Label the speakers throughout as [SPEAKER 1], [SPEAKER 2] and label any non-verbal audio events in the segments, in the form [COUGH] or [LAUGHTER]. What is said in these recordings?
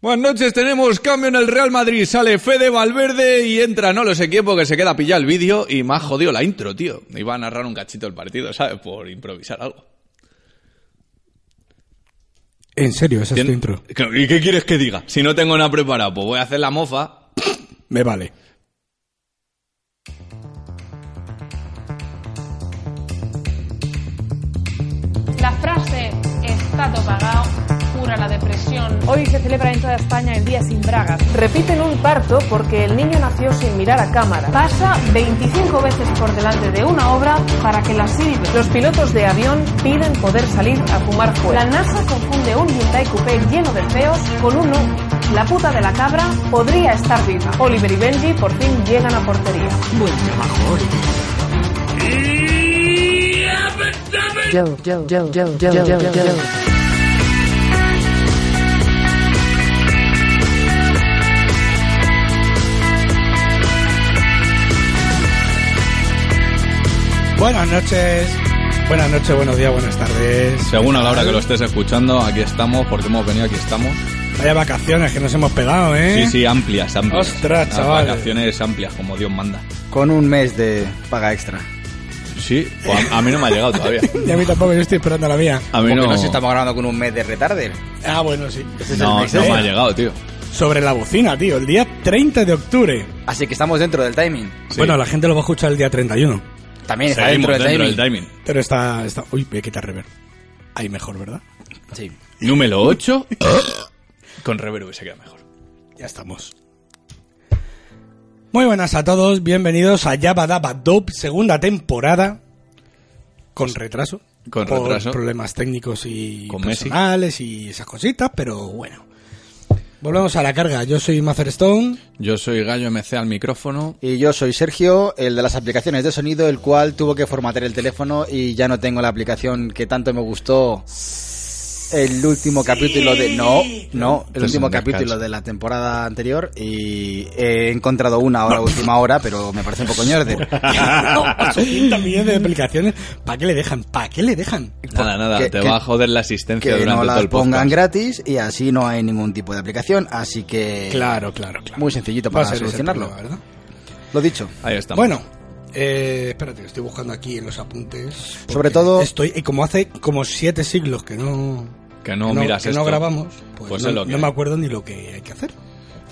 [SPEAKER 1] Buenas noches, tenemos cambio en el Real Madrid. Sale Fede Valverde y entra, no lo sé quién, porque se queda pillado el vídeo y más jodido la intro, tío. Iba a narrar un cachito el partido, ¿sabes? Por improvisar algo.
[SPEAKER 2] En serio, esa es tu
[SPEAKER 1] ¿Tien-
[SPEAKER 2] intro.
[SPEAKER 1] ¿Y qué quieres que diga? Si no tengo nada preparado, pues voy a hacer la mofa.
[SPEAKER 2] Me vale.
[SPEAKER 3] La frase está pagado cura la depresión. Hoy se celebra en toda España el Día sin Bragas. Repiten un parto porque el niño nació sin mirar a cámara. Pasa 25 veces por delante de una obra para que la silbe. Los pilotos de avión piden poder salir a fumar fuera. La NASA confunde un Hyundai Coupé lleno de feos con uno. La puta de la cabra podría estar viva. Oliver y Benji por fin llegan a portería.
[SPEAKER 4] yo, yo, yo, yo, yo, yo, yo, yo.
[SPEAKER 2] Buenas noches. Buenas noches, buenos días, buenas tardes.
[SPEAKER 1] Según a la hora que lo estés escuchando, aquí estamos, porque hemos venido, aquí estamos.
[SPEAKER 2] Vaya vacaciones que nos hemos pegado, ¿eh?
[SPEAKER 1] Sí, sí, amplias, amplias.
[SPEAKER 2] Ostras,
[SPEAKER 1] Las
[SPEAKER 2] chavales.
[SPEAKER 1] vacaciones amplias, como Dios manda.
[SPEAKER 5] Con un mes de paga extra.
[SPEAKER 1] Sí, pues a, a mí no me ha llegado
[SPEAKER 2] [LAUGHS]
[SPEAKER 1] todavía.
[SPEAKER 2] Y a mí tampoco, yo estoy esperando la mía.
[SPEAKER 1] A mí
[SPEAKER 5] Porque
[SPEAKER 1] no,
[SPEAKER 5] no. se estamos grabando con un mes de retarder.
[SPEAKER 2] Ah, bueno, sí.
[SPEAKER 1] no, no
[SPEAKER 5] ¿eh?
[SPEAKER 1] me ha llegado, tío.
[SPEAKER 2] Sobre la bocina, tío. El día 30 de octubre.
[SPEAKER 5] Así que estamos dentro del timing.
[SPEAKER 1] Sí.
[SPEAKER 2] Bueno, la gente lo va a escuchar el día 31.
[SPEAKER 5] También está
[SPEAKER 1] Seguimos
[SPEAKER 5] dentro del timing.
[SPEAKER 1] timing.
[SPEAKER 2] Pero está... está... Uy, voy a quitar rever. Ahí mejor, ¿verdad?
[SPEAKER 5] Sí.
[SPEAKER 1] Número 8. Con reverb se queda mejor.
[SPEAKER 2] Ya estamos. Muy buenas a todos, bienvenidos a Jabba Dabba Dub, segunda temporada. Con retraso.
[SPEAKER 1] Con
[SPEAKER 2] por
[SPEAKER 1] retraso.
[SPEAKER 2] Problemas técnicos y
[SPEAKER 1] Con Messi.
[SPEAKER 2] personales y esas cositas, pero bueno. Volvemos a la carga. Yo soy Mazer Stone. [LAUGHS]
[SPEAKER 1] Yo soy Gallo MC al micrófono.
[SPEAKER 5] Y yo soy Sergio, el de las aplicaciones de sonido, el cual tuvo que formatear el teléfono y ya no tengo la aplicación que tanto me gustó. El último capítulo de. No, no, el
[SPEAKER 1] Entonces,
[SPEAKER 5] último
[SPEAKER 1] un Pues descanso.
[SPEAKER 5] capítulo de la temporada anterior y he encontrado una ahora, última hora, pero me parece un poco ñorder.
[SPEAKER 2] No, 80 millones de aplicaciones. ¿Para qué le dejan? ¿Para qué le dejan?
[SPEAKER 1] Nada, nada,
[SPEAKER 5] que-
[SPEAKER 1] te
[SPEAKER 5] que-
[SPEAKER 1] va a joder la asistencia
[SPEAKER 5] Que
[SPEAKER 1] durante
[SPEAKER 5] no
[SPEAKER 1] todo
[SPEAKER 5] las
[SPEAKER 1] el podcast.
[SPEAKER 5] pongan gratis y así no hay ningún tipo de aplicación, así que.
[SPEAKER 2] Claro, claro, claro.
[SPEAKER 5] Muy sencillito
[SPEAKER 2] Va a
[SPEAKER 5] para
[SPEAKER 2] ser ese
[SPEAKER 5] solucionarlo.
[SPEAKER 2] problema, ¿verdad?
[SPEAKER 5] Lo dicho.
[SPEAKER 1] Ahí estamos.
[SPEAKER 2] Bueno, eh, espérate, estoy buscando aquí en los apuntes. porque
[SPEAKER 5] Sobre todo-
[SPEAKER 2] Estoy, y como hace como siete siglos que no.
[SPEAKER 1] Que no miras
[SPEAKER 2] que no
[SPEAKER 1] esto.
[SPEAKER 2] grabamos, pues,
[SPEAKER 1] Pues
[SPEAKER 2] no,
[SPEAKER 1] es lo que
[SPEAKER 2] no
[SPEAKER 1] hay.
[SPEAKER 2] me acuerdo ni lo que hay que hacer.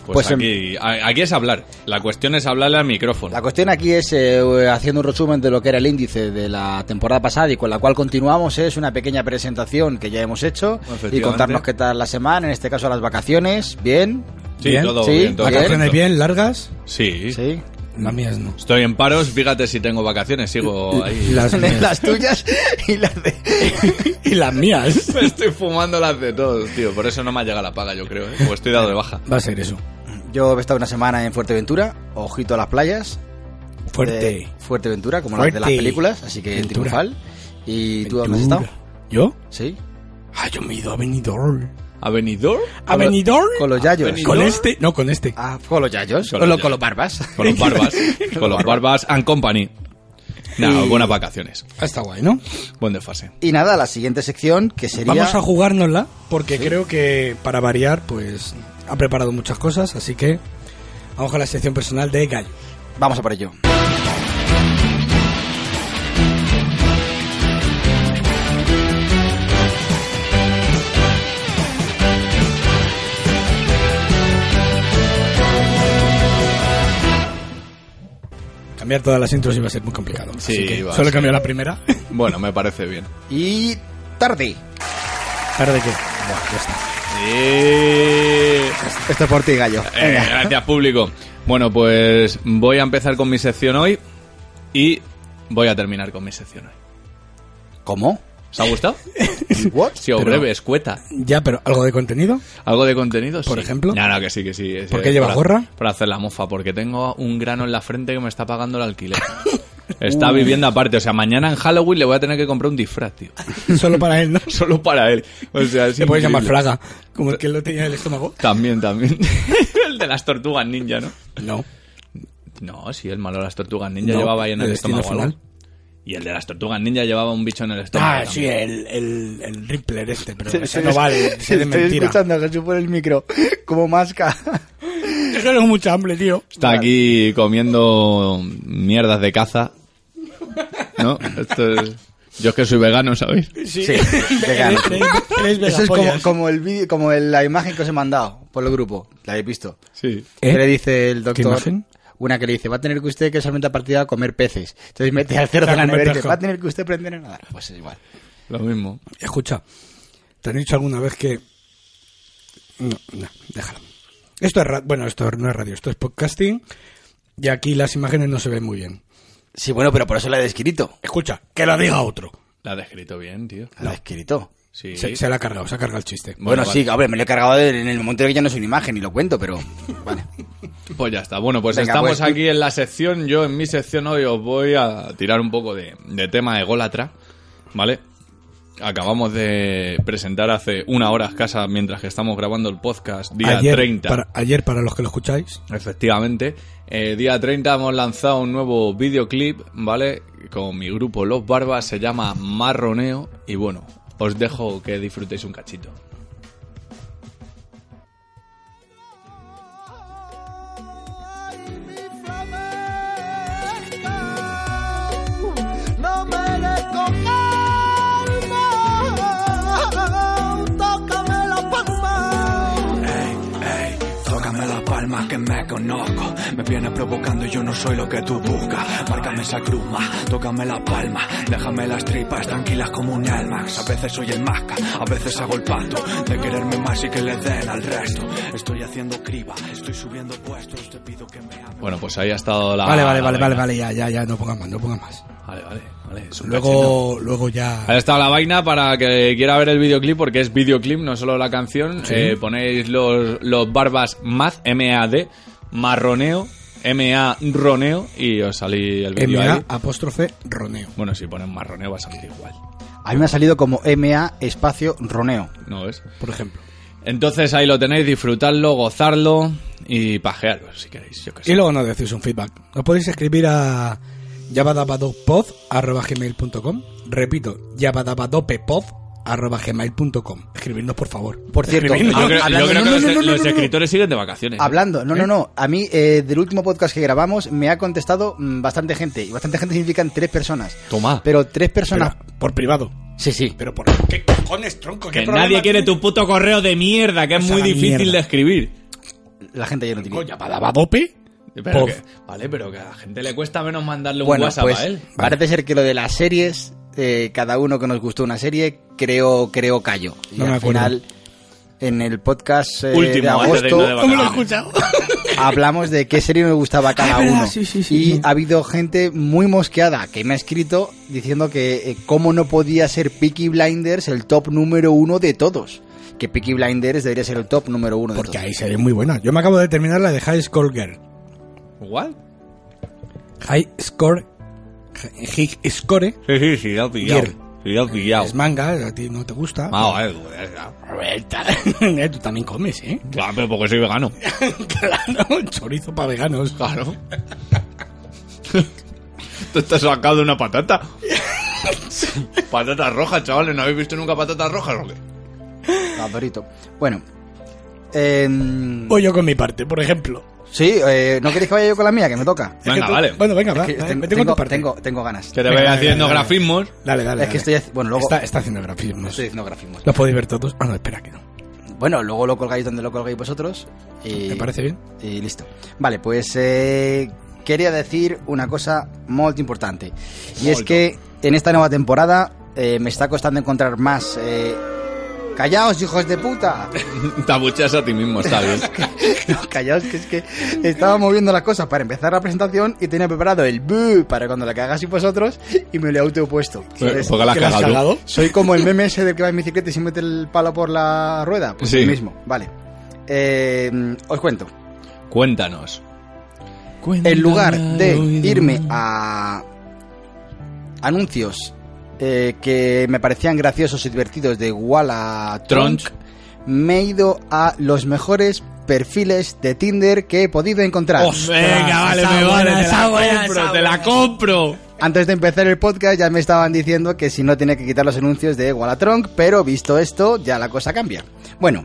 [SPEAKER 1] pues
[SPEAKER 5] pues en-
[SPEAKER 1] aquí, a- aquí es hablar. La cuestión es hablarle al micrófono.
[SPEAKER 5] La cuestión aquí es, eh, haciendo un resumen de lo que era el índice de la temporada pasada y con la cual continuamos, es una pequeña presentación que ya hemos hecho y
[SPEAKER 1] Efectivamente.
[SPEAKER 5] contarnos qué tal la semana, en este caso las vacaciones, bien,
[SPEAKER 1] Sí,
[SPEAKER 2] Bien,
[SPEAKER 1] todo
[SPEAKER 5] sí,
[SPEAKER 1] bien. todo
[SPEAKER 2] Vacaciones
[SPEAKER 1] correcto.
[SPEAKER 2] bien largas,
[SPEAKER 1] Sí.
[SPEAKER 5] sí.
[SPEAKER 2] las mías no.
[SPEAKER 1] Estoy en paros, fíjate si tengo vacaciones, sigo Oh, ahí.
[SPEAKER 5] [LAUGHS]
[SPEAKER 2] Las mías.
[SPEAKER 5] las tuyas y las de...
[SPEAKER 2] y las
[SPEAKER 1] [LAUGHS]
[SPEAKER 2] mías.
[SPEAKER 1] Me estoy fumando las de todos, tío. Por eso no me ha llegado la paga, yo creo. ¿eh? O estoy dado de baja.
[SPEAKER 2] Va a ser eso.
[SPEAKER 5] Yo he estado una semana en Fuerteventura, ojito a las playas.
[SPEAKER 2] Fuerte.
[SPEAKER 5] de Fuerteventura, como
[SPEAKER 2] Fuerte.
[SPEAKER 5] las de las películas, así que
[SPEAKER 2] Ventura.
[SPEAKER 5] triunfal. ¿Y tú dónde has
[SPEAKER 2] Dura.
[SPEAKER 5] estado?
[SPEAKER 2] ¿Yo?
[SPEAKER 5] Sí.
[SPEAKER 2] Ah, yo me he ido a Benidorm.
[SPEAKER 1] ¿A Benidorm?
[SPEAKER 2] ¿A
[SPEAKER 5] Con lo-
[SPEAKER 2] Benidorm?
[SPEAKER 5] Con los yayos.
[SPEAKER 1] Benidorm.
[SPEAKER 2] Con este, no, con este.
[SPEAKER 5] Ah, con los yayos.
[SPEAKER 1] Con
[SPEAKER 5] Con
[SPEAKER 1] los
[SPEAKER 5] los, con
[SPEAKER 1] yayos.
[SPEAKER 5] los barbas.
[SPEAKER 1] Con los barbas. con los barbas and company. Nada, buenas vacaciones.
[SPEAKER 2] Ah, Está guay, ¿no?
[SPEAKER 1] Buen desfase.
[SPEAKER 5] Y nada, la siguiente sección que sería...
[SPEAKER 2] Vamos a jugárnosla porque creo que para variar, pues ha preparado muchas cosas, así que vamos con la sección personal de Gallo.
[SPEAKER 5] Vamos a por ello.
[SPEAKER 2] Cambiar todas las intros iba a ser muy complicado.
[SPEAKER 1] Sí,
[SPEAKER 2] así que
[SPEAKER 1] iba a
[SPEAKER 2] solo
[SPEAKER 1] ser.
[SPEAKER 2] cambiar la primera. [LAUGHS]
[SPEAKER 1] Bueno, me parece bien.
[SPEAKER 5] Y tarde.
[SPEAKER 2] ¿Tarde qué? Bueno, ya está.
[SPEAKER 1] Eh,
[SPEAKER 5] Esto es por ti, gallo.
[SPEAKER 1] gracias, público. Bueno, pues voy a empezar con mi sección hoy y voy a terminar con mi sección hoy.
[SPEAKER 5] ¿Cómo?
[SPEAKER 1] ¿Os ha gustado?
[SPEAKER 5] ¿What?
[SPEAKER 1] [LAUGHS] Sí, o
[SPEAKER 2] Pero-
[SPEAKER 1] breve, escueta.
[SPEAKER 2] Ya, pero algo de contenido.
[SPEAKER 1] ¿Algo de contenido?
[SPEAKER 2] ¿Por
[SPEAKER 1] Sí.
[SPEAKER 2] ejemplo?
[SPEAKER 1] No, no, que sí, que sí. es,
[SPEAKER 2] ¿Por
[SPEAKER 1] eh,
[SPEAKER 2] qué lleva
[SPEAKER 1] para-
[SPEAKER 2] gorra?
[SPEAKER 1] Para hacer la mofa, porque tengo un grano en la frente que me está pagando el alquiler. Está viviendo aparte, o sea, mañana en Halloween le voy a tener que comprar un disfraz, tío.
[SPEAKER 2] Solo para él, ¿no?
[SPEAKER 1] [LAUGHS] Solo para él. O sea, es
[SPEAKER 2] Se puede llamar
[SPEAKER 1] increíble.
[SPEAKER 2] Fraga, como el que lo tenía en el estómago.
[SPEAKER 1] También,
[SPEAKER 2] [LAUGHS]
[SPEAKER 1] también. el de las tortugas ninja, ¿no?
[SPEAKER 2] No.
[SPEAKER 1] No, sí, el malo de las tortugas ninja
[SPEAKER 2] No,
[SPEAKER 1] llevaba ahí en
[SPEAKER 2] el
[SPEAKER 1] el
[SPEAKER 2] destino
[SPEAKER 1] estómago. algo.
[SPEAKER 2] final.
[SPEAKER 1] Y el de las tortugas ninja llevaba un bicho en el estómago.
[SPEAKER 2] Ah, sí,
[SPEAKER 1] también.
[SPEAKER 2] el, el, el Rippler este, pero ese no
[SPEAKER 5] [LAUGHS]
[SPEAKER 2] vale, ese de mentira.
[SPEAKER 5] escuchando a Jesús por el micro, como
[SPEAKER 1] [LAUGHS]
[SPEAKER 5] masca.
[SPEAKER 2] Es que tengo mucha hambre, tío.
[SPEAKER 1] Está aquí comiendo mierdas de caza. ¿No? Esto es- Yo es que soy vegano, ¿sabéis?
[SPEAKER 2] Sí,
[SPEAKER 5] vegano.
[SPEAKER 2] Eres- eres- eres
[SPEAKER 5] Eso es como,
[SPEAKER 2] vegapollas.
[SPEAKER 5] como el vídeo- como el- la imagen que os he mandado por el grupo, la habéis visto.
[SPEAKER 1] Sí.
[SPEAKER 2] ¿Eh?
[SPEAKER 5] Que le dice el doctor.
[SPEAKER 2] imagen?
[SPEAKER 5] Una que le dice, va a tener que usted que solamente a partir de ahora comer peces. Entonces mete al cerdo
[SPEAKER 2] Claro,
[SPEAKER 5] en la
[SPEAKER 2] comer
[SPEAKER 5] nevera y dice,
[SPEAKER 2] pesco.
[SPEAKER 5] va a tener que usted aprender a nadar. Pues es igual.
[SPEAKER 1] Lo mismo.
[SPEAKER 2] Escucha, ¿te han dicho alguna vez que... No, no, déjalo. Esto es ra- Bueno, esto no es radio, esto es podcasting y aquí las imágenes no se ven muy bien.
[SPEAKER 5] Sí, bueno, pero por eso la he descrito.
[SPEAKER 2] Escucha, que la diga otro.
[SPEAKER 1] La has descrito bien, tío.
[SPEAKER 5] La he descrito.
[SPEAKER 1] Sí.
[SPEAKER 2] Se, se la ha cargado, se ha cargado el chiste.
[SPEAKER 5] Bueno,
[SPEAKER 1] Bueno,
[SPEAKER 5] sí, hombre, me lo he cargado de- en el momento en que ya no es una imagen y lo cuento, pero vale.
[SPEAKER 1] Pues ya está. Bueno, pues
[SPEAKER 5] Venga,
[SPEAKER 1] estamos
[SPEAKER 5] pues-
[SPEAKER 1] aquí en la sección. Yo en mi sección hoy os voy a tirar un poco de, de tema ególatra. ¿Vale? Acabamos de presentar hace una hora escasa mientras que estamos grabando el podcast día
[SPEAKER 2] ayer,
[SPEAKER 1] 30.
[SPEAKER 2] Para, ayer, para los que lo escucháis,
[SPEAKER 1] Efectivamente. Eh, día 30 hemos lanzado un nuevo videoclip, ¿vale? Con mi grupo Los Barbas, se llama Marroneo. Y bueno, os dejo que disfrutéis un cachito.
[SPEAKER 6] No merezco calma. Tócame la palma.
[SPEAKER 7] Ey, ey, tócame las palmas que me conozco. Me viene provocando y yo no soy lo que tú buscas. Márcame esa cruz más, tócame las palmas. Déjame las tripas tranquilas como un almax. A veces soy el masca, a veces hago el pato. De quererme más y que le den al resto. Estoy haciendo criba, estoy subiendo puestos. Te pido que me ames.
[SPEAKER 1] Bueno, pues ahí ha estado la.
[SPEAKER 2] vale, vale,
[SPEAKER 1] la
[SPEAKER 2] vale, vale,
[SPEAKER 1] vaina.
[SPEAKER 2] vale, ya, ya, ya, no pongas más, no pongas más.
[SPEAKER 1] Vale, vale, vale, es un cachito.
[SPEAKER 2] Luego, luego ya.
[SPEAKER 1] Ahí está la vaina para que quiera ver el videoclip, porque es videoclip, no solo la canción. Eh, ponéis los, los barbas MAD, M-A-D, marroneo, M-A-roneo, y os salí el vídeo
[SPEAKER 2] MA
[SPEAKER 1] ahí.
[SPEAKER 2] apóstrofe Roneo.
[SPEAKER 1] Bueno, si ponen marroneo va a salir igual,
[SPEAKER 5] A mí me ha salido como MA espacio roneo.
[SPEAKER 1] ¿no es?
[SPEAKER 2] Por ejemplo.
[SPEAKER 1] Entonces ahí lo tenéis, disfrutadlo, gozarlo y pajearlo si queréis. Yo que sé.
[SPEAKER 2] Y luego nos decís un feedback. Nos podéis escribir a gmail.com Repito, gmail.com Escribidnos, por favor.
[SPEAKER 5] Por cierto,
[SPEAKER 2] Escribidnos.
[SPEAKER 1] Yo creo, yo
[SPEAKER 5] Hablando-
[SPEAKER 1] creo que
[SPEAKER 5] no, no,
[SPEAKER 1] los,
[SPEAKER 5] no, no,
[SPEAKER 1] los
[SPEAKER 5] no, no.
[SPEAKER 1] escritores siguen de vacaciones. ¿eh?
[SPEAKER 5] Hablando, no, no, no. A mí, eh, del último podcast que grabamos, me ha contestado mm, bastante gente. Y bastante gente significan tres personas.
[SPEAKER 1] Toma.
[SPEAKER 5] Pero tres personas.
[SPEAKER 2] Espera, por privado.
[SPEAKER 5] Sí, sí.
[SPEAKER 2] Pero por qué cojones, tronco. ¿Qué
[SPEAKER 1] Que
[SPEAKER 2] problema
[SPEAKER 1] nadie quiere
[SPEAKER 2] tiene?
[SPEAKER 1] tu puto correo de mierda, que es
[SPEAKER 5] Pues
[SPEAKER 2] Esa
[SPEAKER 1] muy
[SPEAKER 2] la
[SPEAKER 1] difícil
[SPEAKER 2] mierda.
[SPEAKER 1] de escribir.
[SPEAKER 5] La gente ya no tiene.
[SPEAKER 2] Coño,
[SPEAKER 1] [LAUGHS]
[SPEAKER 2] Badabadop.
[SPEAKER 1] Pero
[SPEAKER 2] Pof.
[SPEAKER 1] que- vale, pero que a la gente le cuesta menos mandarle un
[SPEAKER 5] Bueno,
[SPEAKER 1] WhatsApp
[SPEAKER 5] pues
[SPEAKER 1] a él.
[SPEAKER 5] parece ser que lo de las series, eh, cada uno que nos gustó una serie, creo, creo cayó. Y
[SPEAKER 2] No
[SPEAKER 5] al
[SPEAKER 2] me acuerdo.
[SPEAKER 5] final, en el podcast eh,
[SPEAKER 1] Último,
[SPEAKER 5] de
[SPEAKER 1] antes de irnos de
[SPEAKER 5] agosto,
[SPEAKER 1] vacaciones.
[SPEAKER 5] hablamos de qué serie nos gustaba a cada
[SPEAKER 2] Ah, verdad,
[SPEAKER 5] uno.
[SPEAKER 2] sí, sí, sí,
[SPEAKER 5] y
[SPEAKER 2] sí.
[SPEAKER 5] ha habido gente muy mosqueada que me ha escrito diciendo que eh, cómo no podía ser Peaky Blinders el top número uno de todos. Que Peaky Blinders debería ser el top número uno de
[SPEAKER 2] Porque
[SPEAKER 5] todos.
[SPEAKER 2] ahí sería muy buena. Yo me acabo de terminar la de High Score Girl.
[SPEAKER 1] ¿What?
[SPEAKER 2] High Score. High Score.
[SPEAKER 1] Sí, sí, sí, ya
[SPEAKER 2] pillado. Girl.
[SPEAKER 1] Sí, ya pillado.
[SPEAKER 2] Es manga, a ti no te gusta. [LAUGHS] Eh, Tú también comes, ¿eh? [LAUGHS]
[SPEAKER 1] Claro, pero porque soy vegano.
[SPEAKER 2] Claro, chorizo para veganos.
[SPEAKER 1] [LAUGHS] Claro. Esto está sacado de una patata. [LAUGHS] patata roja, chavales. ¿No habéis visto nunca patatas rojas o qué?
[SPEAKER 5] Favorito. Bueno. em,
[SPEAKER 2] O yo con mi parte, por ejemplo.
[SPEAKER 5] sí, eh, ¿no queréis que vaya yo con la mía? Que me toca.
[SPEAKER 2] Es que
[SPEAKER 1] Venga,
[SPEAKER 2] tú-
[SPEAKER 1] vale.
[SPEAKER 2] Bueno, venga, va.
[SPEAKER 5] Que
[SPEAKER 2] va,
[SPEAKER 5] ten-
[SPEAKER 2] me tengo
[SPEAKER 5] tengo,
[SPEAKER 2] tu parte.
[SPEAKER 5] tengo- tengo ganas.
[SPEAKER 1] Que te
[SPEAKER 2] Venga,
[SPEAKER 1] vaya
[SPEAKER 2] venga,
[SPEAKER 1] haciendo
[SPEAKER 2] venga, venga.
[SPEAKER 1] grafismos.
[SPEAKER 2] Dale, dale.
[SPEAKER 5] Es que estoy
[SPEAKER 2] dale.
[SPEAKER 5] haci- bueno, luego-
[SPEAKER 2] Está, está haciendo grafismos.
[SPEAKER 5] Estoy diciendo grafismos.
[SPEAKER 2] Los podéis ver todos. Ah, no, espera, que no.
[SPEAKER 5] Bueno, luego lo colgáis donde lo colgáis vosotros. Y,
[SPEAKER 2] ¿Me parece bien?
[SPEAKER 5] y Eh, listo. Vale, pues eh, quería decir una cosa muy importante. Y es
[SPEAKER 1] Molto.
[SPEAKER 5] que en esta nueva temporada eh, me está costando encontrar más eh, Callaos, hijos de puta. [LAUGHS]
[SPEAKER 1] Te abucheas a ti mismo, está
[SPEAKER 2] [LAUGHS]
[SPEAKER 1] bien.
[SPEAKER 5] No, callaos, que es que estaba moviendo las cosas para empezar la presentación y tenía preparado el bu para cuando la cagáis vosotros y me lo he autopuesto.
[SPEAKER 1] Pero,
[SPEAKER 5] Es-
[SPEAKER 1] ¿por qué Pues, la has
[SPEAKER 5] que la has
[SPEAKER 1] cagado tú?
[SPEAKER 5] cagado. Soy como el meme ese del que va en bicicleta y se mete el palo por la rueda. Pues
[SPEAKER 1] Sí.
[SPEAKER 5] lo mismo, vale. Eh, os cuento.
[SPEAKER 1] Cuéntanos.
[SPEAKER 5] En lugar de irme a anuncios eh, que me parecían graciosos y divertidos de Walla Tronch,
[SPEAKER 1] Tronch.
[SPEAKER 5] me he ido a los mejores perfiles de Tinder que he podido encontrar. Ah,
[SPEAKER 1] Venga, vale, me vale, te la compro, te la compro.
[SPEAKER 5] Antes de empezar el podcast ya me estaban diciendo que si no tenía que quitar los anuncios de Wallatronk, pero visto esto ya la cosa cambia. Bueno,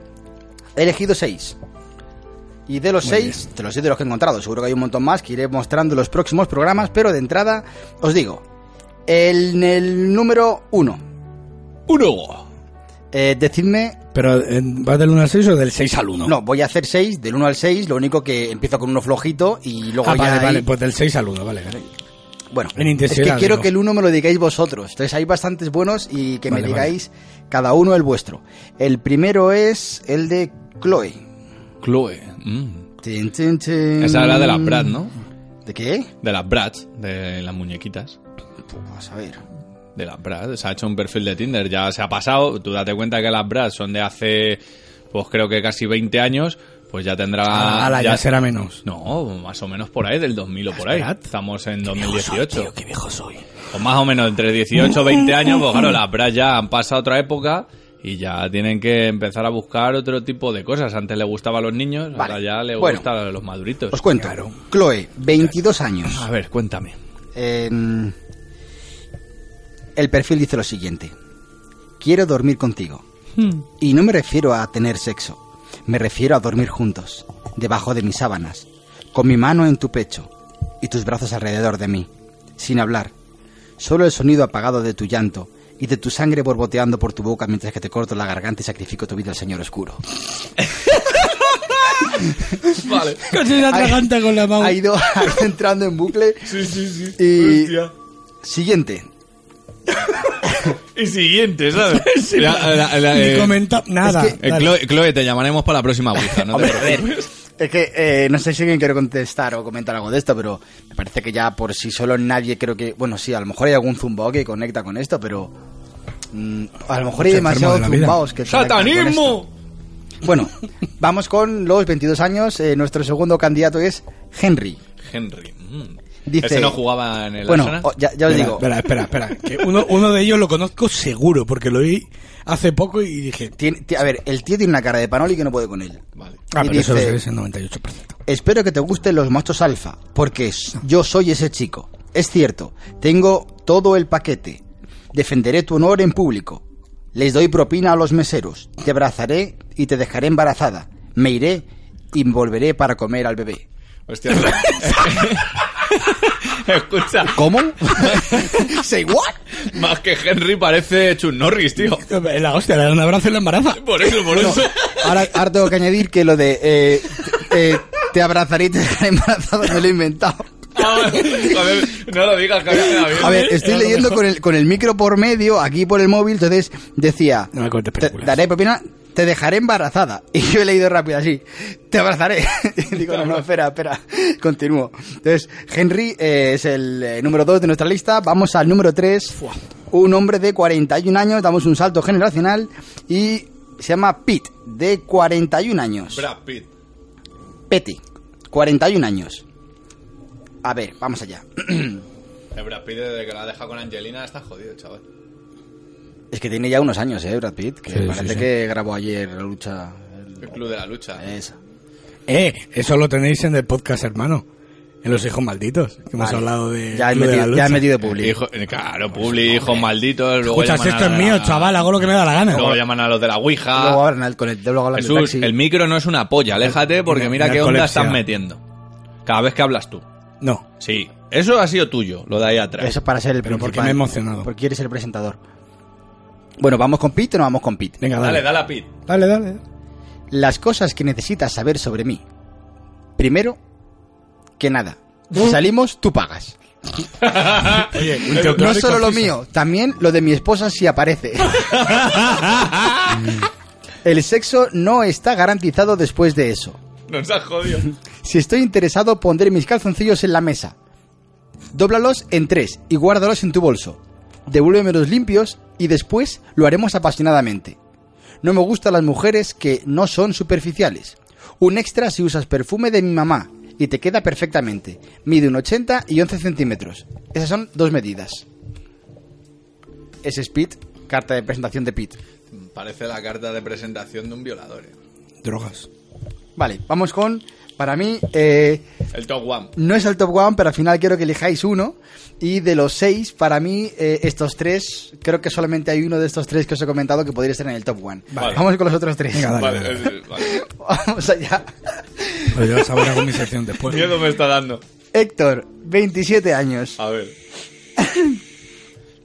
[SPEAKER 5] he elegido seis. Y de los seis, de los siete de los que he encontrado, seguro que hay un montón más que iré mostrando en los próximos programas, pero de entrada os digo, en el número uno,
[SPEAKER 1] Uno.
[SPEAKER 5] eh, decidme
[SPEAKER 2] Pero eh, ¿va del 1 al 6 o del 6 al 1?
[SPEAKER 5] No, voy a hacer 6, del 1 al 6, lo único que empiezo con uno flojito y luego
[SPEAKER 2] Ah,
[SPEAKER 5] ya
[SPEAKER 2] vale,
[SPEAKER 5] ahí-
[SPEAKER 2] vale, pues del 6 al 1, vale. vale.
[SPEAKER 5] bueno,
[SPEAKER 2] en
[SPEAKER 5] es que
[SPEAKER 2] intensidad,
[SPEAKER 5] quiero
[SPEAKER 2] digo.
[SPEAKER 5] que el uno me lo digáis vosotros. Entonces hay bastantes buenos y que me
[SPEAKER 2] Vale, vale.
[SPEAKER 5] digáis cada uno el vuestro. El primero es el de Chloe.
[SPEAKER 1] Chloe. Mm.
[SPEAKER 5] Tin, tin, tin.
[SPEAKER 1] Esa era de las Brad, ¿no?
[SPEAKER 5] ¿De qué?
[SPEAKER 1] De las Brads, de las muñequitas.
[SPEAKER 5] Pues a ver.
[SPEAKER 1] De las Brads. Se ha hecho un perfil de Tinder, ya se ha pasado. Tú date cuenta que las Brads son de hace, pues creo que casi 20 años. Pues ya tendrá.
[SPEAKER 2] Ah, la ya será [LAUGHS] menos.
[SPEAKER 1] No, más o menos por ahí, del 2000 o por ahí.
[SPEAKER 2] Brad?
[SPEAKER 1] Estamos en 2018. qué viejo soy. Pues más o menos entre 18 y 20 años, pues [LAUGHS] claro, las bras ya han pasado otra época y ya tienen que empezar a buscar otro tipo de cosas. Antes le gustaba a los niños, ahora
[SPEAKER 5] Vale.
[SPEAKER 1] ya le
[SPEAKER 5] Bueno.
[SPEAKER 1] gusta a los maduritos.
[SPEAKER 5] Os cuento. Chloe, 22
[SPEAKER 2] Ah.
[SPEAKER 5] años.
[SPEAKER 1] A ver, cuéntame.
[SPEAKER 5] Eh, el perfil dice lo siguiente. Quiero dormir contigo.
[SPEAKER 1] Hmm.
[SPEAKER 5] Y no me refiero a tener sexo. Me refiero a dormir juntos, debajo de mis sábanas, con mi mano en tu pecho y tus brazos alrededor de mí, sin hablar. Solo el sonido apagado de tu llanto y de tu sangre borboteando por tu boca mientras que te corto la garganta y sacrifico tu vida al Señor Oscuro.
[SPEAKER 1] Vale.
[SPEAKER 2] Casi se atraganta con la mano.
[SPEAKER 5] Ha ido, [LAUGHS] ha ido entrando en bucle.
[SPEAKER 1] Sí, sí, sí.
[SPEAKER 5] Y- Siguiente.
[SPEAKER 1] Y siguiente, [LAUGHS] ¿sabes? eh,
[SPEAKER 2] Ni comenta nada.
[SPEAKER 5] es
[SPEAKER 2] dale.
[SPEAKER 1] Chloe, Chloe, te llamaremos para la próxima Ouija, no te
[SPEAKER 5] Hombre, a ver,
[SPEAKER 1] preocupes.
[SPEAKER 5] [LAUGHS] es que eh, no sé si alguien quiere contestar o comentar algo de esto, pero me parece que ya por sí solo nadie creo que... Bueno, sí, a lo mejor hay algún zumbao que conecta con esto, pero... mm, a lo mejor hay
[SPEAKER 2] Se enferma
[SPEAKER 5] demasiados
[SPEAKER 2] de la vida.
[SPEAKER 5] zumbaos que... conectan con
[SPEAKER 1] ¡Satanismo!
[SPEAKER 5] esto. Bueno, [LAUGHS] vamos con los 22 años. Eh, nuestro segundo candidato es Henry.
[SPEAKER 1] Henry. mm.
[SPEAKER 5] Dice-
[SPEAKER 1] Ese no jugaba en el
[SPEAKER 5] Bueno,
[SPEAKER 1] Arsenal?
[SPEAKER 5] o- ya, ya os
[SPEAKER 2] Espera,
[SPEAKER 5] digo,
[SPEAKER 2] Espera, espera, espera. que uno, uno de ellos lo conozco seguro, porque lo vi hace poco y dije.
[SPEAKER 5] tiene- ti- a ver, el tío tiene una cara de panoli que no puede con él.
[SPEAKER 1] Vale. [LAUGHS]
[SPEAKER 2] Ah,
[SPEAKER 5] Y
[SPEAKER 2] pero eso lo
[SPEAKER 5] dice-
[SPEAKER 2] sé, es el 98%.
[SPEAKER 5] Espero que te gusten los machos alfa, porque s- yo soy ese chico. Es cierto, tengo todo el paquete. Defenderé tu honor en público. Les doy propina a los meseros. Te abrazaré y te dejaré embarazada. Me iré y volveré para comer al bebé.
[SPEAKER 1] Hostia. Escucha,
[SPEAKER 5] ¿Cómo? Say what?
[SPEAKER 1] más que Henry parece Chun Norris, tío.
[SPEAKER 2] Eh, La hostia, le da un abrazo y la embaraza.
[SPEAKER 1] [LAUGHS] Por eso, por
[SPEAKER 2] [LAUGHS]
[SPEAKER 1] eso.
[SPEAKER 5] Ahora, ahora tengo que añadir que lo de eh, eh, te abrazaré y te dejaré embarazada me lo he inventado.
[SPEAKER 1] Ah, joder, no lo digas, que había quedado bien. ¿eh?
[SPEAKER 5] A ver, estoy leyendo con el, con el micro por medio, aquí por el móvil, entonces decía,
[SPEAKER 2] No me cuentes
[SPEAKER 5] te
[SPEAKER 2] películas.
[SPEAKER 5] daré propina, te dejaré embarazada. [LAUGHS] Y yo he leído rápido así, te abrazaré. [LAUGHS] Y digo, no, no, espera, espera, continúo. Entonces, Henry eh, es el eh, número 2 de nuestra lista, vamos al número 3, un hombre de 41 años, damos un salto generacional y se llama Pete, de 41 años.
[SPEAKER 1] Brad Pitt.
[SPEAKER 5] Petty, 41 años. A ver, vamos allá.
[SPEAKER 1] El Brad Pitt desde que la deja con Angelina está jodido, chaval.
[SPEAKER 5] Es que tiene ya unos años, ¿eh, Brad Pitt? Que
[SPEAKER 2] Sí,
[SPEAKER 5] parece
[SPEAKER 2] sí, sí.
[SPEAKER 5] que grabó ayer la lucha. el-
[SPEAKER 1] El club de la lucha.
[SPEAKER 5] Esa.
[SPEAKER 2] Eh, eso lo tenéis en el podcast, hermano. En Los Hijos Malditos, que hemos
[SPEAKER 5] Vale.
[SPEAKER 2] hablado de.
[SPEAKER 5] Ya he
[SPEAKER 2] Club de la
[SPEAKER 5] metido, ya he
[SPEAKER 2] Lucha.
[SPEAKER 5] metido Publi.
[SPEAKER 1] Hijo- eh, claro, Publi, hijos malditos. Luego
[SPEAKER 2] Escuchas,
[SPEAKER 1] llaman
[SPEAKER 2] esto
[SPEAKER 1] a
[SPEAKER 2] es
[SPEAKER 1] la-
[SPEAKER 2] mío, chaval, hago lo que me da la gana.
[SPEAKER 1] Luego llaman a los de la
[SPEAKER 5] Luego
[SPEAKER 1] Ouija.
[SPEAKER 5] Arnold con el luego hablando de
[SPEAKER 1] ah, Jesús,
[SPEAKER 5] taxi.
[SPEAKER 1] el micro no es una polla, aléjate porque mira qué onda
[SPEAKER 2] narcolepsia.
[SPEAKER 1] estás metiendo. Cada vez que hablas tú.
[SPEAKER 2] No.
[SPEAKER 1] Sí, eso ha sido tuyo, lo de ahí atrás.
[SPEAKER 5] Eso es para ser el
[SPEAKER 2] Pero porque
[SPEAKER 5] principal.
[SPEAKER 2] me he emocionado.
[SPEAKER 5] Porque eres el presentador. Bueno, ¿vamos con Pete o no vamos con Pete?
[SPEAKER 2] Venga,
[SPEAKER 1] Dale,
[SPEAKER 2] dale.
[SPEAKER 1] dale a Pit.
[SPEAKER 2] Dale, dale.
[SPEAKER 5] Las cosas que necesitas saber sobre mí. Primero, que nada.
[SPEAKER 2] ¿Eh?
[SPEAKER 5] Si salimos, tú pagas.
[SPEAKER 2] Oye, un
[SPEAKER 5] No
[SPEAKER 2] teocrático
[SPEAKER 5] solo lo
[SPEAKER 2] fijo.
[SPEAKER 5] mío, también lo de mi esposa si aparece. El sexo no está garantizado después de eso.
[SPEAKER 1] Nos has jodido. [LAUGHS]
[SPEAKER 5] Si estoy interesado, pondré mis calzoncillos en la mesa. Dóblalos en tres y guárdalos en tu bolso. Devuélvemelos limpios y después lo haremos apasionadamente. No me gustan las mujeres que no son superficiales. Un extra si usas perfume de mi mamá y te queda perfectamente. Mide un 80 y 11 centímetros. Esas son dos medidas. Es Speed, carta de presentación de Pete.
[SPEAKER 1] Parece la carta de presentación de un violador. eh.
[SPEAKER 2] Drogas.
[SPEAKER 5] Vale, vamos con, para mí, eh,
[SPEAKER 1] El top one.
[SPEAKER 5] No es el top one, pero al final quiero que elijáis uno. Y de los seis, para mí, eh, estos tres, creo que solamente hay uno de estos tres que os he comentado que podría estar en el top one.
[SPEAKER 1] Vale.
[SPEAKER 5] Vamos con los otros tres.
[SPEAKER 2] Venga, dale.
[SPEAKER 1] Vale, es- vale.
[SPEAKER 5] [LAUGHS] Vamos allá.
[SPEAKER 2] Pero ya vas ahora con mi sección después.
[SPEAKER 1] Pues Miedo me está dando.
[SPEAKER 5] Héctor, 27 años.
[SPEAKER 1] A ver.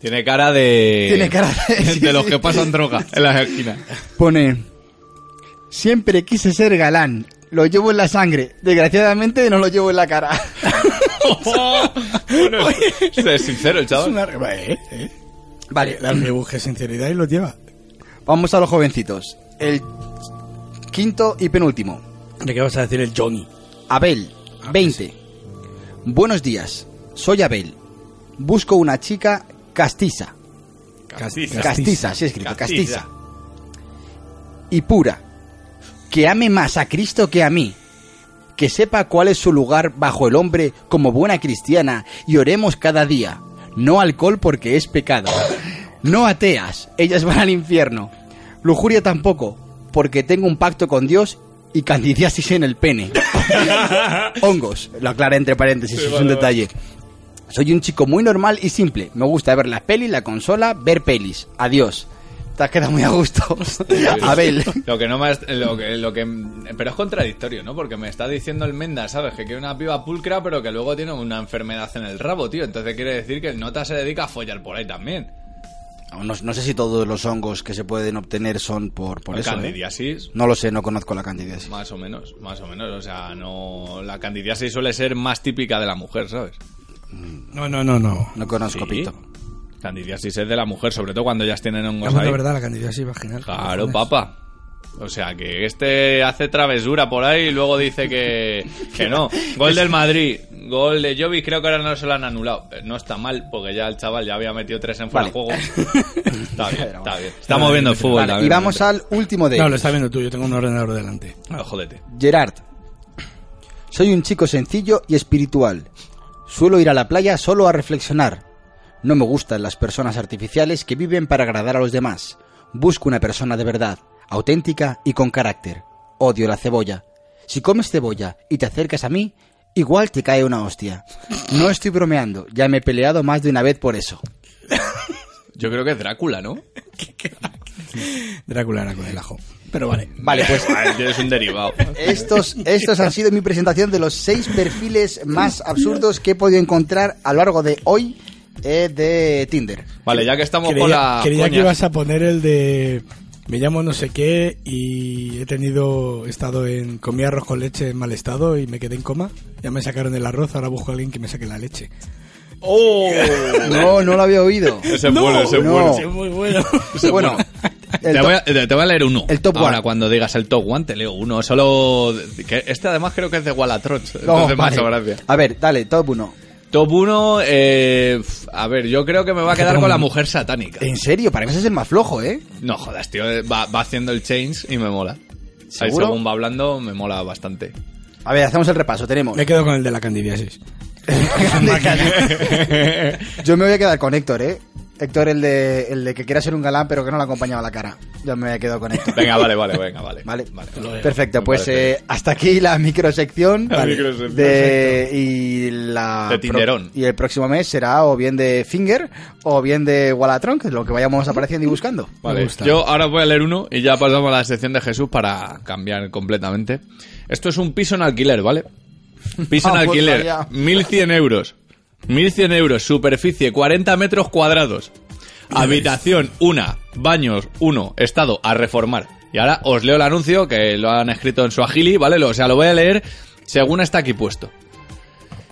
[SPEAKER 1] Tiene cara [LAUGHS] de.
[SPEAKER 5] Tiene cara de- sí,
[SPEAKER 1] los
[SPEAKER 5] sí. [LAUGHS]
[SPEAKER 1] que pasan droga en las esquinas. [LAUGHS]
[SPEAKER 5] Pone, siempre quise ser galán. Lo llevo en la sangre. Desgraciadamente no lo llevo en la cara.
[SPEAKER 1] bueno, es sincero el
[SPEAKER 2] Es
[SPEAKER 1] chaval.
[SPEAKER 2] una- eh, eh.
[SPEAKER 5] Vale,
[SPEAKER 2] La rebuje sinceridad y lo lleva.
[SPEAKER 5] vamos a los jovencitos. El quinto y penúltimo.
[SPEAKER 2] ¿De qué vas a decir el Johnny? Ah, pues
[SPEAKER 5] Abel, 20. Buenos días, soy Abel. Busco una chica castiza.
[SPEAKER 1] Castiza.
[SPEAKER 5] Castiza, sí escrito,
[SPEAKER 1] Castiza.
[SPEAKER 5] castiza. Y pura. Que ame más a Cristo que a mí. Que sepa cuál es su lugar bajo el hombre como buena cristiana y oremos cada día. No alcohol porque es pecado. No ateas, ellas van al infierno. Lujuria tampoco, porque tengo un pacto con Dios y candidiasis en el pene. Hongos, lo aclara entre paréntesis, es un detalle. Soy un chico muy normal y simple. Me gusta ver las pelis, la consola, ver pelis. Adiós. Te has quedado muy
[SPEAKER 1] [LAUGHS]
[SPEAKER 5] a gusto. [LAUGHS] Abel.
[SPEAKER 1] Lo que no me has- lo que, lo que pero es contradictorio, ¿no? Porque me está diciendo el Menda, ¿sabes? Que quiere una piba pulcra, pero que luego tiene una enfermedad en el rabo, tío. Entonces quiere decir que el nota se dedica a follar por ahí también.
[SPEAKER 5] No, no sé si todos los hongos que se pueden obtener son por, por
[SPEAKER 1] La
[SPEAKER 5] eso. ¿eh?
[SPEAKER 1] candidiasis,
[SPEAKER 5] No lo sé, no conozco la candidiasis.
[SPEAKER 1] más o menos, más o menos, o sea, no la candidiasis suele ser más típica de la mujer, ¿sabes?
[SPEAKER 2] No, no, no, no.
[SPEAKER 5] No conozco
[SPEAKER 1] Sí.
[SPEAKER 5] pito.
[SPEAKER 1] Candidiasis es de la mujer, sobre todo cuando ellas tienen hongos
[SPEAKER 2] Vamos,
[SPEAKER 1] ahí.
[SPEAKER 2] de verdad, la cantidad sí vaginal.
[SPEAKER 1] Claro,
[SPEAKER 2] Cojones.
[SPEAKER 1] papa. O sea, que este hace travesura por ahí y luego dice que, que no. Gol del Madrid, gol de Jovi, creo que ahora no se lo han anulado. No está mal, porque ya el chaval ya había metido tres en fuera de
[SPEAKER 5] Vale.
[SPEAKER 1] juego. Está bien, está bien. Estamos viendo el fútbol.
[SPEAKER 5] Vale, y vamos al último de
[SPEAKER 2] No,
[SPEAKER 5] ellos.
[SPEAKER 2] lo está viendo tú, yo tengo un ordenador delante.
[SPEAKER 1] a... Ah, Jódete.
[SPEAKER 5] Gerard. Soy un chico sencillo y espiritual. Suelo ir a la playa solo a reflexionar. No me gustan las personas artificiales que viven para agradar a los demás. Busco una persona de verdad, auténtica y con carácter. Odio la cebolla. Si comes cebolla y te acercas a mí, igual te cae una hostia. No estoy bromeando, ya me he peleado más de una vez por eso.
[SPEAKER 1] Yo creo que es Drácula, ¿no?
[SPEAKER 2] Drácula era con el ajo. Pero vale.
[SPEAKER 5] Vale, pues
[SPEAKER 1] Eres un derivado.
[SPEAKER 5] Estos, estos han sido mi presentación de los seis perfiles más absurdos que he podido encontrar a lo largo de hoy eh, de Tinder.
[SPEAKER 1] Vale, ya que estamos
[SPEAKER 2] Creía,
[SPEAKER 1] con la.
[SPEAKER 2] creía que
[SPEAKER 1] coña-
[SPEAKER 2] ibas a poner el de. Me llamo no sé qué y he tenido. He estado en. Comí arroz con leche en mal estado y me quedé en coma. Ya me sacaron el arroz, ahora busco a alguien que me saque la leche.
[SPEAKER 1] ¡Oh!
[SPEAKER 5] No, no lo había oído.
[SPEAKER 1] Ese es bueno, ese es
[SPEAKER 5] no.
[SPEAKER 1] bueno.
[SPEAKER 5] Es
[SPEAKER 2] muy bueno.
[SPEAKER 5] [LAUGHS]
[SPEAKER 1] Ese es
[SPEAKER 5] Bueno, el
[SPEAKER 1] te,
[SPEAKER 5] top-
[SPEAKER 1] voy a, te- te voy a leer uno.
[SPEAKER 5] El top
[SPEAKER 1] Ahora,
[SPEAKER 5] one.
[SPEAKER 1] cuando digas el top one, te leo uno. Solo. que este, además, creo que es de Wallatrons.
[SPEAKER 5] no,
[SPEAKER 1] Entonces,
[SPEAKER 5] Oh, vale.
[SPEAKER 1] macho, gracias.
[SPEAKER 5] A ver, dale, top uno.
[SPEAKER 1] Top 1, eh, f- a ver, yo creo que me va a quedar con la mujer satánica.
[SPEAKER 5] En serio, para mí ese es el más flojo, ¿eh?
[SPEAKER 1] No jodas, tío, eh, va, va haciendo el change y me mola. Ahí
[SPEAKER 5] ¿Seguro?
[SPEAKER 1] según va hablando, me mola bastante.
[SPEAKER 5] A ver, hacemos el repaso. Tenemos.
[SPEAKER 2] Me quedo con el de la candidiasis.
[SPEAKER 5] [LAUGHS] Yo me voy a quedar con Héctor, ¿eh? Héctor, el de, el de que quiera ser un galán, pero que no le acompañaba la cara. Yo me voy a quedar con Héctor.
[SPEAKER 1] Venga, vale, vale, venga, vale.
[SPEAKER 5] [LAUGHS] Vale,
[SPEAKER 1] vale.
[SPEAKER 5] perfecto.
[SPEAKER 1] Me
[SPEAKER 5] Pues
[SPEAKER 1] parece
[SPEAKER 5] eh, hasta aquí la microsección.
[SPEAKER 1] La
[SPEAKER 5] Vale.
[SPEAKER 1] microsección.
[SPEAKER 5] De, y la
[SPEAKER 1] De Tinderón.
[SPEAKER 5] pro- y el próximo mes será o bien de Finger o bien de Wallatron, que es lo que vayamos apareciendo y buscando.
[SPEAKER 1] Vale,
[SPEAKER 2] Me gusta.
[SPEAKER 1] yo ahora voy a leer uno y ya pasamos a la sección de Jesús para cambiar completamente. Esto es un piso en alquiler, ¿vale? Piso en
[SPEAKER 5] Vamos
[SPEAKER 1] alquiler,
[SPEAKER 5] allá.
[SPEAKER 1] 1100 euros. 1100 euros, superficie 40 metros cuadrados. Habitación 1, baños 1, estado a reformar. Y ahora os leo el anuncio que lo han escrito en su agili, ¿vale? Lo- O sea, lo voy a leer según está aquí puesto.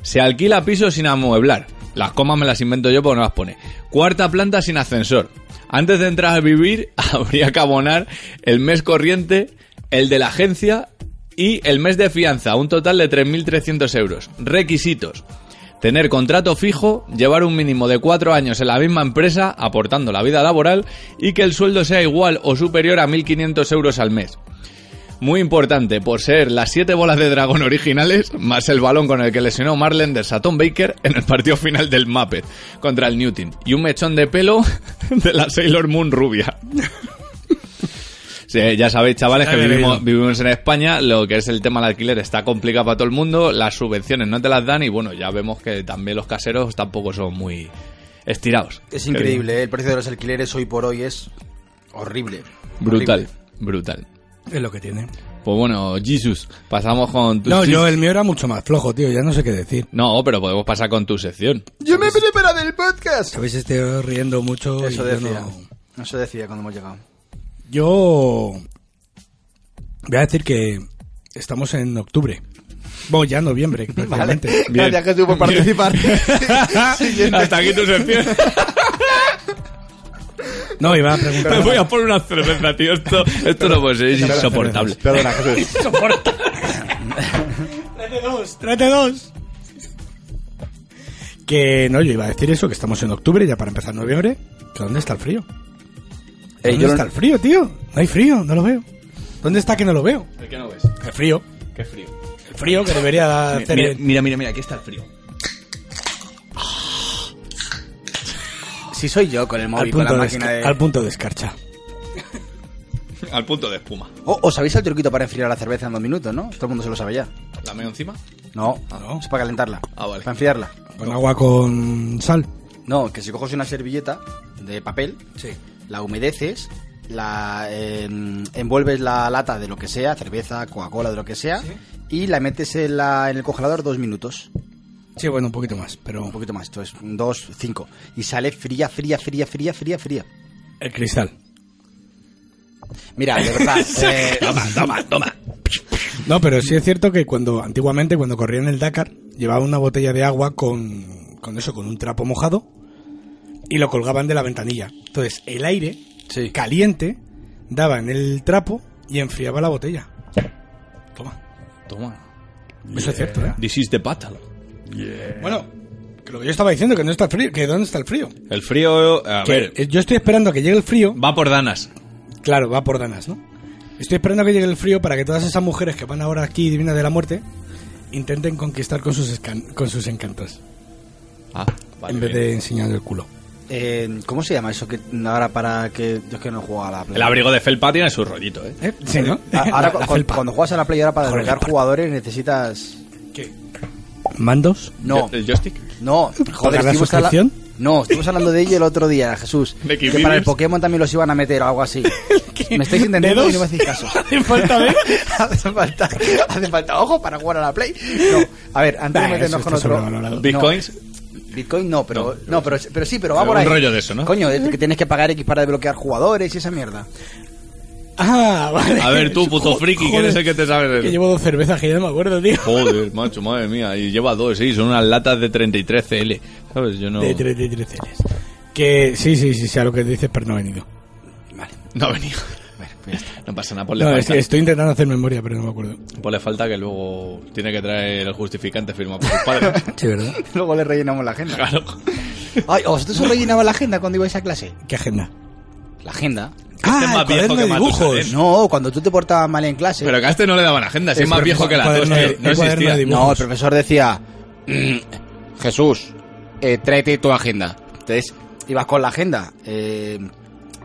[SPEAKER 1] Se alquila piso sin amueblar. Las comas me las invento yo porque no las pone. Cuarta planta sin ascensor. Antes de entrar a vivir, [LAUGHS] habría que abonar el mes corriente, el de la agencia y el mes de fianza, un total de 3.300 euros. Requisitos. Tener contrato fijo, llevar un mínimo de cuatro años en la misma empresa, aportando la vida laboral, y que el sueldo sea igual o superior a 1.500 euros al mes. Muy importante, poseer las siete bolas de dragón originales, más el balón con el que lesionó Marlen de Satón Baker en el partido final del Muppet contra el Newton, y un mechón de pelo [LAUGHS] de la Sailor Moon rubia. Sí, ya sabéis, chavales, que vivimos, vivimos en España, lo que es el tema del alquiler está complicado para todo el mundo, las subvenciones no te las dan y bueno, ya vemos que también los caseros tampoco son muy estirados.
[SPEAKER 5] Es
[SPEAKER 1] Que
[SPEAKER 5] increíble, ¿eh? el precio de los alquileres hoy por hoy es horrible.
[SPEAKER 1] Brutal,
[SPEAKER 5] Horrible.
[SPEAKER 1] brutal.
[SPEAKER 2] Es lo que tiene.
[SPEAKER 1] Pues bueno, Jesus, pasamos con tu
[SPEAKER 2] No, yo el mío era mucho más flojo, tío, ya no sé qué decir.
[SPEAKER 1] No, pero podemos pasar con tu sección.
[SPEAKER 5] Yo me preparo del podcast.
[SPEAKER 2] Sabéis, estoy riendo mucho.
[SPEAKER 5] Eso
[SPEAKER 2] y yo
[SPEAKER 5] decía.
[SPEAKER 2] no-
[SPEAKER 5] Eso decía cuando hemos [LAUGHS] llegado.
[SPEAKER 2] Yo voy a decir que estamos en octubre. Bueno, ya
[SPEAKER 5] [LAUGHS]
[SPEAKER 2] noviembre, prácticamente.
[SPEAKER 1] Bien.
[SPEAKER 5] Gracias, Jesús, por participar.
[SPEAKER 1] [LAUGHS] Ah,
[SPEAKER 5] [LAUGHS]
[SPEAKER 1] Hasta aquí tu
[SPEAKER 2] [LAUGHS]
[SPEAKER 1] sección.
[SPEAKER 2] No, iba a
[SPEAKER 1] Me
[SPEAKER 2] preguntar.
[SPEAKER 1] voy a poner una cerveza, tío. Esto, esto no puede ser, es insoportable.
[SPEAKER 5] Perdona,
[SPEAKER 1] [LAUGHS]
[SPEAKER 5] Jesús.
[SPEAKER 2] Trate dos. Que no, yo iba a decir eso, que estamos en octubre, ya para empezar noviembre. ¿Que ¿Dónde está el frío?
[SPEAKER 5] Eh,
[SPEAKER 2] ¿Dónde
[SPEAKER 5] yo no-
[SPEAKER 2] está el frío, tío? No hay frío, no lo veo. ¿Dónde está que no lo veo?
[SPEAKER 1] ¿Qué no ves?
[SPEAKER 2] El frío.
[SPEAKER 1] Qué frío.
[SPEAKER 2] El frío que debería hacer...
[SPEAKER 1] Mira, Eh, mira, mira, mira, aquí está el frío.
[SPEAKER 5] Si soy yo con el
[SPEAKER 2] al,
[SPEAKER 5] móvil, con la
[SPEAKER 2] punto de
[SPEAKER 5] máquina
[SPEAKER 2] esca-
[SPEAKER 5] de...
[SPEAKER 2] al punto de escarcha.
[SPEAKER 1] Al punto de espuma.
[SPEAKER 5] Oh, ¿Os sabéis el truquito para enfriar la cerveza en dos minutos, no? Todo el mundo se lo sabe ya.
[SPEAKER 1] ¿La meo encima?
[SPEAKER 5] No,
[SPEAKER 2] no.
[SPEAKER 5] es para calentarla.
[SPEAKER 1] Ah, vale.
[SPEAKER 5] Para enfriarla.
[SPEAKER 2] Con agua con sal.
[SPEAKER 5] No, que si coges una servilleta de papel,
[SPEAKER 2] Sí.
[SPEAKER 5] la humedeces, la eh, envuelves la lata de lo que sea, cerveza, Coca-Cola, de lo que sea, y la metes en, la- en el congelador dos minutos.
[SPEAKER 2] Sí, bueno, un poquito más, pero
[SPEAKER 5] Un poquito más, entonces dos, cinco. Y sale fría, fría, fría, fría, fría, fría.
[SPEAKER 2] el cristal.
[SPEAKER 5] Mira, de verdad.
[SPEAKER 1] [LAUGHS]
[SPEAKER 5] eh,
[SPEAKER 1] Toma, toma.
[SPEAKER 2] No, pero sí es cierto que cuando antiguamente cuando corría en el Dakar llevaba una botella de agua con, con eso, con un trapo mojado y lo colgaban de la ventanilla. Entonces el aire
[SPEAKER 5] Sí.
[SPEAKER 2] caliente daba en el trapo y enfriaba la botella. Toma,
[SPEAKER 1] Toma.
[SPEAKER 2] eso es cierto. ¿eh?
[SPEAKER 1] This is the battle.
[SPEAKER 2] Bueno, que lo que yo estaba diciendo que no está el frío, que dónde está el frío.
[SPEAKER 1] El frío. A
[SPEAKER 2] Que,
[SPEAKER 1] ver.
[SPEAKER 2] eh, yo estoy esperando a que llegue el frío.
[SPEAKER 1] Va por danas.
[SPEAKER 2] Claro, va por danas, ¿no? Estoy esperando a que llegue el frío para que todas esas mujeres que van ahora aquí divinas de la muerte intenten conquistar con sus escan- con sus encantos.
[SPEAKER 1] Ah, vale.
[SPEAKER 2] en vez de enseñar el culo.
[SPEAKER 5] eh, ¿Cómo se llama eso que ahora para que yo es que no juego a la Play?
[SPEAKER 1] El abrigo de Felpa tiene su rollito, eh.
[SPEAKER 2] ¿Eh? Sí, ¿no?
[SPEAKER 5] A- Ah,
[SPEAKER 2] [LAUGHS] La-
[SPEAKER 5] Ahora
[SPEAKER 2] la
[SPEAKER 5] cu- cu-
[SPEAKER 2] felpa.
[SPEAKER 5] cuando juegas a la Play ahora para
[SPEAKER 2] Joder,
[SPEAKER 5] desbloquear
[SPEAKER 2] felpa.
[SPEAKER 5] jugadores necesitas
[SPEAKER 2] ¿Qué? ¿Mandos?
[SPEAKER 5] no.
[SPEAKER 1] ¿El joystick?
[SPEAKER 5] No, joder,
[SPEAKER 2] la
[SPEAKER 5] estuvimos habla-
[SPEAKER 2] suscripción?
[SPEAKER 5] No, estuvimos hablando de ello el otro día, Jesús.
[SPEAKER 1] ¿De
[SPEAKER 5] que
[SPEAKER 1] Xvideos?
[SPEAKER 5] para el Pokémon también los iban a meter o
[SPEAKER 2] [LAUGHS]
[SPEAKER 5] algo así. Me estáis entendiendo y no me hacéis caso.
[SPEAKER 2] Hace falta ver.
[SPEAKER 5] [LAUGHS] hace falta, hace falta ojo para jugar a la Play. No, a ver, antes de
[SPEAKER 2] Nah,
[SPEAKER 5] meternos
[SPEAKER 2] eso
[SPEAKER 5] con
[SPEAKER 2] está
[SPEAKER 5] otro.
[SPEAKER 2] sobrevalorado.
[SPEAKER 5] no,
[SPEAKER 1] ¿Bitcoins?
[SPEAKER 5] Bitcoin no, pero no, pero, pero sí, pero va
[SPEAKER 1] Pero
[SPEAKER 5] por
[SPEAKER 1] un
[SPEAKER 5] ahí.
[SPEAKER 1] rollo de eso, ¿no?
[SPEAKER 5] Coño, es que tienes que pagar X para desbloquear jugadores y esa mierda. [LAUGHS]
[SPEAKER 2] Ah, [LAUGHS] vale.
[SPEAKER 1] A ver, tú, puto
[SPEAKER 2] Jo-
[SPEAKER 1] friki, que
[SPEAKER 2] joder,
[SPEAKER 1] eres el que te sabes de
[SPEAKER 2] Que
[SPEAKER 1] eso.
[SPEAKER 2] llevo dos cervezas que ya no me acuerdo, tío.
[SPEAKER 1] Joder, macho, madre mía. Y lleva dos, sí, son unas latas de 33 CL. ¿Sabes? Yo no.
[SPEAKER 2] De 33 celes. Que sí, sí, sí, sea lo que dices, pero no he venido.
[SPEAKER 5] Vale,
[SPEAKER 1] No ha venido.
[SPEAKER 5] bueno, pues ya está.
[SPEAKER 1] No pasa nada, ponle
[SPEAKER 2] No, es
[SPEAKER 1] falta.
[SPEAKER 2] que estoy intentando hacer memoria, pero no me acuerdo.
[SPEAKER 1] Ponle falta que luego tiene que traer el justificante firmado por sus padres.
[SPEAKER 2] [LAUGHS] Sí, ¿verdad?
[SPEAKER 5] Luego le rellenamos la agenda.
[SPEAKER 1] claro.
[SPEAKER 5] Ay, ¿a ¿vosotros os rellenaba la agenda cuando ibais a clase?
[SPEAKER 2] ¿Qué agenda?
[SPEAKER 5] La agenda.
[SPEAKER 1] Este es más
[SPEAKER 2] Ah, el
[SPEAKER 1] viejo
[SPEAKER 2] cuaderno
[SPEAKER 1] que
[SPEAKER 2] de
[SPEAKER 1] Matusalén.
[SPEAKER 2] dibujos.
[SPEAKER 5] [LAUGHS] No, cuando tú te portabas mal en clase.
[SPEAKER 1] Pero que a este no le daban agenda, si es
[SPEAKER 2] El
[SPEAKER 1] más
[SPEAKER 2] cuaderno-
[SPEAKER 1] viejo que la dos,
[SPEAKER 2] cuaderno de-
[SPEAKER 1] tío. No
[SPEAKER 2] el cuaderno
[SPEAKER 1] existía.
[SPEAKER 2] de
[SPEAKER 5] No, el
[SPEAKER 2] dibujos.
[SPEAKER 5] profesor decía, "Mm, Jesús, eh, tráete tu agenda. Entonces, ibas con la agenda eh,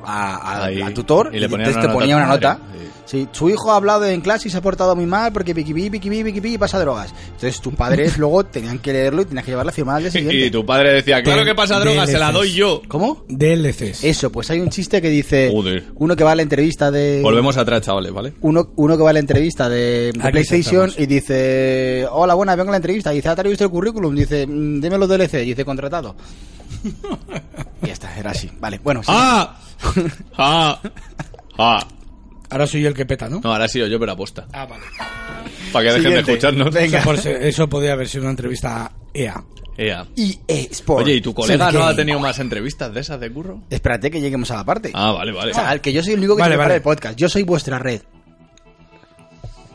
[SPEAKER 5] a- a-
[SPEAKER 1] Ahí.
[SPEAKER 5] al tutor
[SPEAKER 1] Y
[SPEAKER 5] y,
[SPEAKER 1] le ponían
[SPEAKER 5] entonces
[SPEAKER 1] una
[SPEAKER 5] te
[SPEAKER 1] nota
[SPEAKER 5] ponía
[SPEAKER 1] a tu
[SPEAKER 5] una nota.
[SPEAKER 1] madre.
[SPEAKER 5] Sí, su hijo ha hablado en clase y se ha portado muy mal porque piquipi, piquipi, piquipi y pasa drogas. Entonces, tus
[SPEAKER 1] [LAUGHS]
[SPEAKER 5] padres luego tenían que leerlo y tenías que llevarla firmada al día siguiente.
[SPEAKER 1] Y tu padre decía, claro que pasa droga, se la doy yo.
[SPEAKER 5] ¿Cómo?
[SPEAKER 2] DLCs.
[SPEAKER 5] Eso, pues hay un chiste que dice
[SPEAKER 1] Joder.
[SPEAKER 5] uno que va a la entrevista de...
[SPEAKER 1] Volvemos atrás, chavales, ¿vale?
[SPEAKER 5] uno, uno que va a la entrevista de, de
[SPEAKER 2] Aquí
[SPEAKER 5] PlayStation
[SPEAKER 2] estamos.
[SPEAKER 5] y dice, hola, buenas, vengo a la entrevista. dice, "Ah, ¿ha traído usted el currículum? Dice, "Mm, deme los DLC.
[SPEAKER 1] [LAUGHS]
[SPEAKER 5] Dice, contratado. y ya está, era así. Vale, bueno. sí.
[SPEAKER 1] ¡Ah! ¡Ah! ¡Ah!
[SPEAKER 2] Ahora soy yo el que peta, ¿no?
[SPEAKER 1] No, ahora sí, yo, pero aposta.
[SPEAKER 2] Ah, vale.
[SPEAKER 1] Para que dejen de
[SPEAKER 5] Siguiente.
[SPEAKER 1] escucharnos.
[SPEAKER 5] Venga.
[SPEAKER 2] Por si- eso podría haber sido una entrevista E EA.
[SPEAKER 1] Ea.
[SPEAKER 5] EA Sports.
[SPEAKER 1] Oye, ¿y tu colega
[SPEAKER 5] Sí,
[SPEAKER 1] no
[SPEAKER 5] que-
[SPEAKER 1] ha tenido más entrevistas de esas de curro?
[SPEAKER 5] Espérate que lleguemos a la parte.
[SPEAKER 1] Ah, vale, vale.
[SPEAKER 5] O sea, al que yo soy el único que
[SPEAKER 2] Vale,
[SPEAKER 5] se prepara
[SPEAKER 2] vale.
[SPEAKER 5] el podcast. Yo soy vuestra red.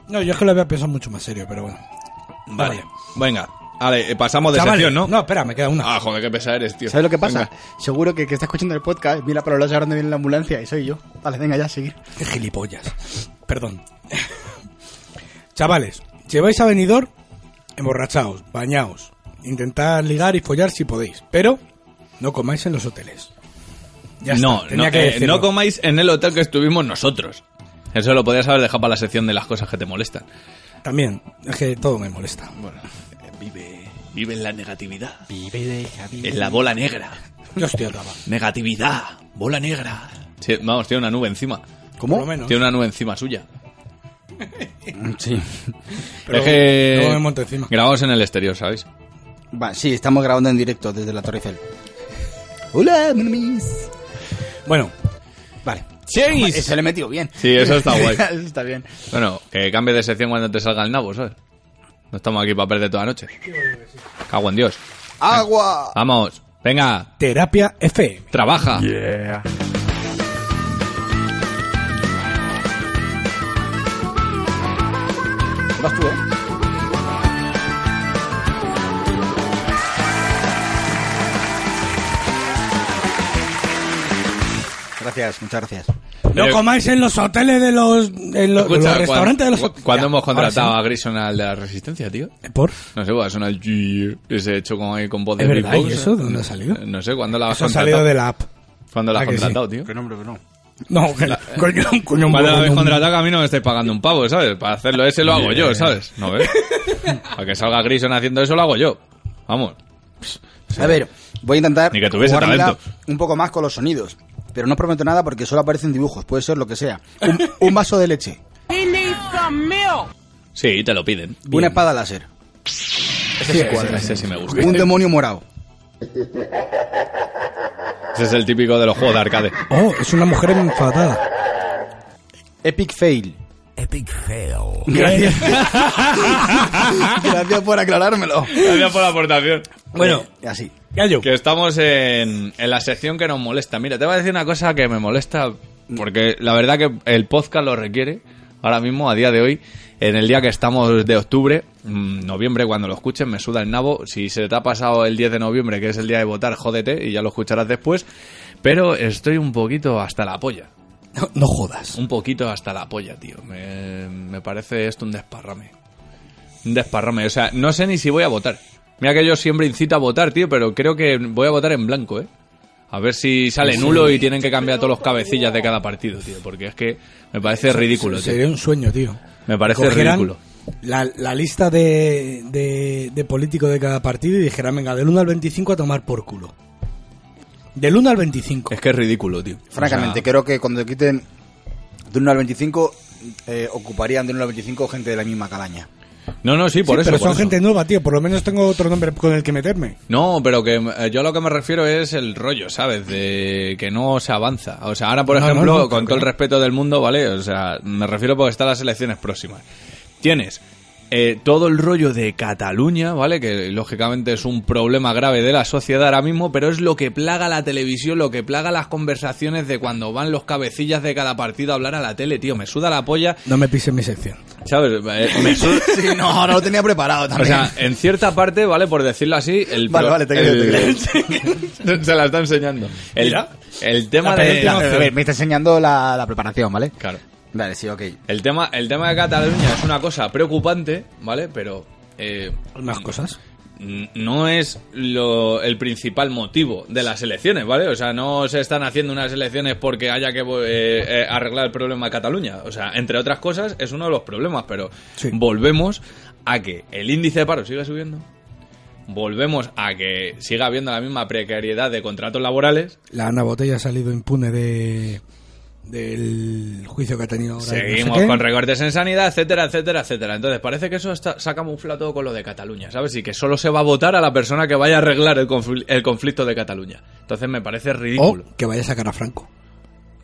[SPEAKER 2] No, yo es que lo había pensado mucho más serio, pero bueno.
[SPEAKER 1] vale. Venga. Vale, eh, pasamos de
[SPEAKER 2] Chavales,
[SPEAKER 1] sección, ¿no?
[SPEAKER 2] No, espera, me queda una.
[SPEAKER 1] Ah, joder, qué pesada eres, tío.
[SPEAKER 5] ¿Sabes lo que pasa?
[SPEAKER 1] Venga.
[SPEAKER 5] Seguro que el que está escuchando el podcast mira para los lados donde viene la ambulancia y soy yo. Vale, venga ya, seguir.
[SPEAKER 2] Qué gilipollas. Perdón. [LAUGHS] Chavales, si vais a venidor, emborrachaos, bañaos. Intentad ligar y follar si podéis, pero no comáis en los hoteles. Ya está,
[SPEAKER 1] no,
[SPEAKER 2] tenía
[SPEAKER 1] no,
[SPEAKER 2] que
[SPEAKER 1] eh,
[SPEAKER 2] decirlo.
[SPEAKER 1] no comáis en el hotel que estuvimos nosotros. Eso lo podías haber dejado para la sección de las cosas que te molestan.
[SPEAKER 2] También, es que todo me molesta.
[SPEAKER 1] Vive, vive en la negatividad.
[SPEAKER 5] Vive de Javi.
[SPEAKER 1] En la bola negra.
[SPEAKER 2] Yo estoy ataba.
[SPEAKER 1] Negatividad. Bola negra. Sí, vamos, tiene una nube encima.
[SPEAKER 2] ¿Cómo? Por lo menos.
[SPEAKER 1] Tiene una nube encima
[SPEAKER 2] [LAUGHS]
[SPEAKER 1] suya.
[SPEAKER 5] Sí.
[SPEAKER 2] Pero
[SPEAKER 1] es que
[SPEAKER 2] no me monto encima.
[SPEAKER 1] grabamos en el exterior, ¿sabéis?
[SPEAKER 5] Va, sí, estamos grabando en directo desde la Torre Eiffel. Hola, mis.
[SPEAKER 2] Bueno,
[SPEAKER 5] Vale.
[SPEAKER 1] ¡Sí!
[SPEAKER 5] Se le he metido bien.
[SPEAKER 1] Sí, eso
[SPEAKER 5] [LAUGHS]
[SPEAKER 1] está guay.
[SPEAKER 5] eso está bien.
[SPEAKER 1] Bueno, que cambie de sección cuando te salga el nabo, ¿sabes? No estamos aquí para perder toda la noche. Cago en Dios.
[SPEAKER 5] ¡Agua!
[SPEAKER 1] Vamos, venga,
[SPEAKER 2] terapia FM.
[SPEAKER 1] trabaja.
[SPEAKER 5] Vas tú, ¿eh? Gracias, muchas gracias.
[SPEAKER 2] No
[SPEAKER 1] Pero-
[SPEAKER 2] comáis en los hoteles de los, en los,
[SPEAKER 1] Escucha,
[SPEAKER 2] los restaurantes de los Ah,
[SPEAKER 1] cuan- cuando
[SPEAKER 2] Ya,
[SPEAKER 1] hemos contratado
[SPEAKER 2] ahora
[SPEAKER 1] a Grison al de la Resistencia, tío?
[SPEAKER 2] sí. ¿Por?
[SPEAKER 1] No sé, va a sonar el "Yeah", ese hecho con, ahí con voz de
[SPEAKER 2] ¿Es verdad?
[SPEAKER 1] beatbox.
[SPEAKER 2] ¿Y eso de dónde ha salido?
[SPEAKER 1] No sé, ¿cuándo la has
[SPEAKER 2] Eso ha
[SPEAKER 1] contratado?
[SPEAKER 2] salido de la app.
[SPEAKER 1] ¿Cuándo la has
[SPEAKER 2] ¿A que sí?
[SPEAKER 1] contratado, tío?
[SPEAKER 5] nombre que no.
[SPEAKER 2] No, que- coño, coño,
[SPEAKER 1] Cuando la
[SPEAKER 2] coño,
[SPEAKER 1] habéis
[SPEAKER 2] coño.
[SPEAKER 1] contratado que a mí no me estáis pagando un pavo, ¿sabes? Para hacerlo ese lo hago yo, ¿sabes? ¿No
[SPEAKER 2] [LAUGHS]
[SPEAKER 1] ves? Para que salga Grison haciendo eso lo hago yo. Vamos.
[SPEAKER 5] A ver, voy a intentar
[SPEAKER 1] Ni que tuviese
[SPEAKER 5] jugármela
[SPEAKER 1] talento.
[SPEAKER 5] un poco más con los sonidos. Pero no prometo nada porque solo aparecen dibujos, puede ser lo que sea. Un, un vaso de leche,
[SPEAKER 1] Sí, te lo piden.
[SPEAKER 5] una espada láser,
[SPEAKER 1] Ese, ese- ese sí me gusta.
[SPEAKER 5] un demonio morado.
[SPEAKER 1] Ese es el típico de los juegos de
[SPEAKER 2] [LAUGHS]
[SPEAKER 1] arcade.
[SPEAKER 2] Oh, es una mujer enfadada.
[SPEAKER 5] Epic fail.
[SPEAKER 8] Epic fail.
[SPEAKER 2] [LAUGHS]
[SPEAKER 5] Gracias. Gracias por aclarármelo.
[SPEAKER 1] Gracias por la aportación.
[SPEAKER 2] Bueno,
[SPEAKER 5] Eh, Así.
[SPEAKER 2] Gallo.
[SPEAKER 1] Que estamos en, en la sección que nos molesta. Mira, te voy a decir una cosa que me molesta, porque la verdad que el podcast lo requiere ahora mismo, a día de hoy, en el día que estamos de octubre, mm, noviembre, cuando lo escuchen, me suda el nabo. Si se te ha pasado el 10 de noviembre, que es el día de votar, jódete y ya lo escucharás después. Pero estoy un poquito hasta la polla.
[SPEAKER 2] No, no jodas.
[SPEAKER 1] Un poquito hasta la polla, tío. Me, me parece esto un desparrame. Un desparrame. O sea, no sé ni si voy a votar. Mira que yo siempre incito a votar, tío, pero creo que voy a votar en blanco, ¿eh? A ver si sale nulo y tienen que cambiar todos los cabecillas de cada partido, tío. Porque es que me parece ridículo,
[SPEAKER 2] Sería
[SPEAKER 1] tío.
[SPEAKER 2] un sueño, tío.
[SPEAKER 1] Me parece
[SPEAKER 2] Cogieran
[SPEAKER 1] ridículo.
[SPEAKER 2] La, la lista de, de, de político de cada partido y dijeran, venga, del 1 al 25 a tomar por culo. Del 1 al 25.
[SPEAKER 1] Es que es ridículo, tío.
[SPEAKER 5] Francamente,
[SPEAKER 1] O sea,
[SPEAKER 5] creo que cuando quiten de 1 al 25, eh, ocuparían de 1 al 25 gente de la misma calaña.
[SPEAKER 1] No, no, sí, por
[SPEAKER 2] Sí,
[SPEAKER 1] eso.
[SPEAKER 2] pero
[SPEAKER 1] por
[SPEAKER 2] son
[SPEAKER 1] eso.
[SPEAKER 2] gente nueva, tío. Por lo menos tengo otro nombre con el que meterme.
[SPEAKER 1] No, pero que eh, yo a lo que me refiero es el rollo, ¿sabes? De que no se avanza. O sea, ahora, por
[SPEAKER 2] No,
[SPEAKER 1] ejemplo,
[SPEAKER 2] no, no,
[SPEAKER 1] con
[SPEAKER 2] creo
[SPEAKER 1] todo el
[SPEAKER 2] que no.
[SPEAKER 1] respeto del mundo, ¿vale? O sea, me refiero porque están las elecciones próximas. Tienes eh, todo el rollo de Cataluña, ¿vale? Que lógicamente es un problema grave de la sociedad ahora mismo, pero es lo que plaga la televisión, lo que plaga las conversaciones de cuando van los cabecillas de cada partido a hablar a la tele, tío. Me suda la polla,
[SPEAKER 2] No me pisen mi sección.
[SPEAKER 1] ¿sabes? Eh, me suda...
[SPEAKER 5] [LAUGHS] Sí, no, no lo tenía preparado
[SPEAKER 1] O
[SPEAKER 5] también.
[SPEAKER 1] sea, en cierta parte, ¿vale? Por decirlo así, el...
[SPEAKER 5] Vale,
[SPEAKER 1] pro-
[SPEAKER 5] vale, te creo,
[SPEAKER 1] el- [LAUGHS]
[SPEAKER 5] te
[SPEAKER 1] Se la está enseñando. El, el tema
[SPEAKER 2] La
[SPEAKER 1] de...
[SPEAKER 2] película.
[SPEAKER 5] a ver, me está enseñando la, la preparación, ¿vale?
[SPEAKER 1] Claro.
[SPEAKER 5] Vale, sí, ok.
[SPEAKER 1] El tema, el tema de Cataluña es una cosa preocupante, ¿vale? Pero... eh,
[SPEAKER 2] Más cosas.
[SPEAKER 1] n- no es lo- el principal motivo de las elecciones, ¿vale? O sea, no se están haciendo unas elecciones porque haya que eh, eh, arreglar el problema de Cataluña. O sea, entre otras cosas, es uno de los problemas, pero
[SPEAKER 2] Sí.
[SPEAKER 1] volvemos a que el índice de paro siga subiendo, volvemos a que siga habiendo la misma precariedad de contratos laborales,
[SPEAKER 2] La Ana Botella ha salido impune de del juicio que ha tenido ahora. y no sé
[SPEAKER 1] Seguimos
[SPEAKER 2] qué.
[SPEAKER 1] con recortes en sanidad, etcétera, etcétera, etcétera. Entonces parece que eso está, se ha camuflado todo con lo de Cataluña, ¿sabes? Y que solo se va a votar a la persona que vaya a
[SPEAKER 2] Oh.
[SPEAKER 1] arreglar el, confl- el conflicto de Cataluña. Entonces me parece ridículo. Mm, ah,
[SPEAKER 2] O que vaya a sacar a Franco.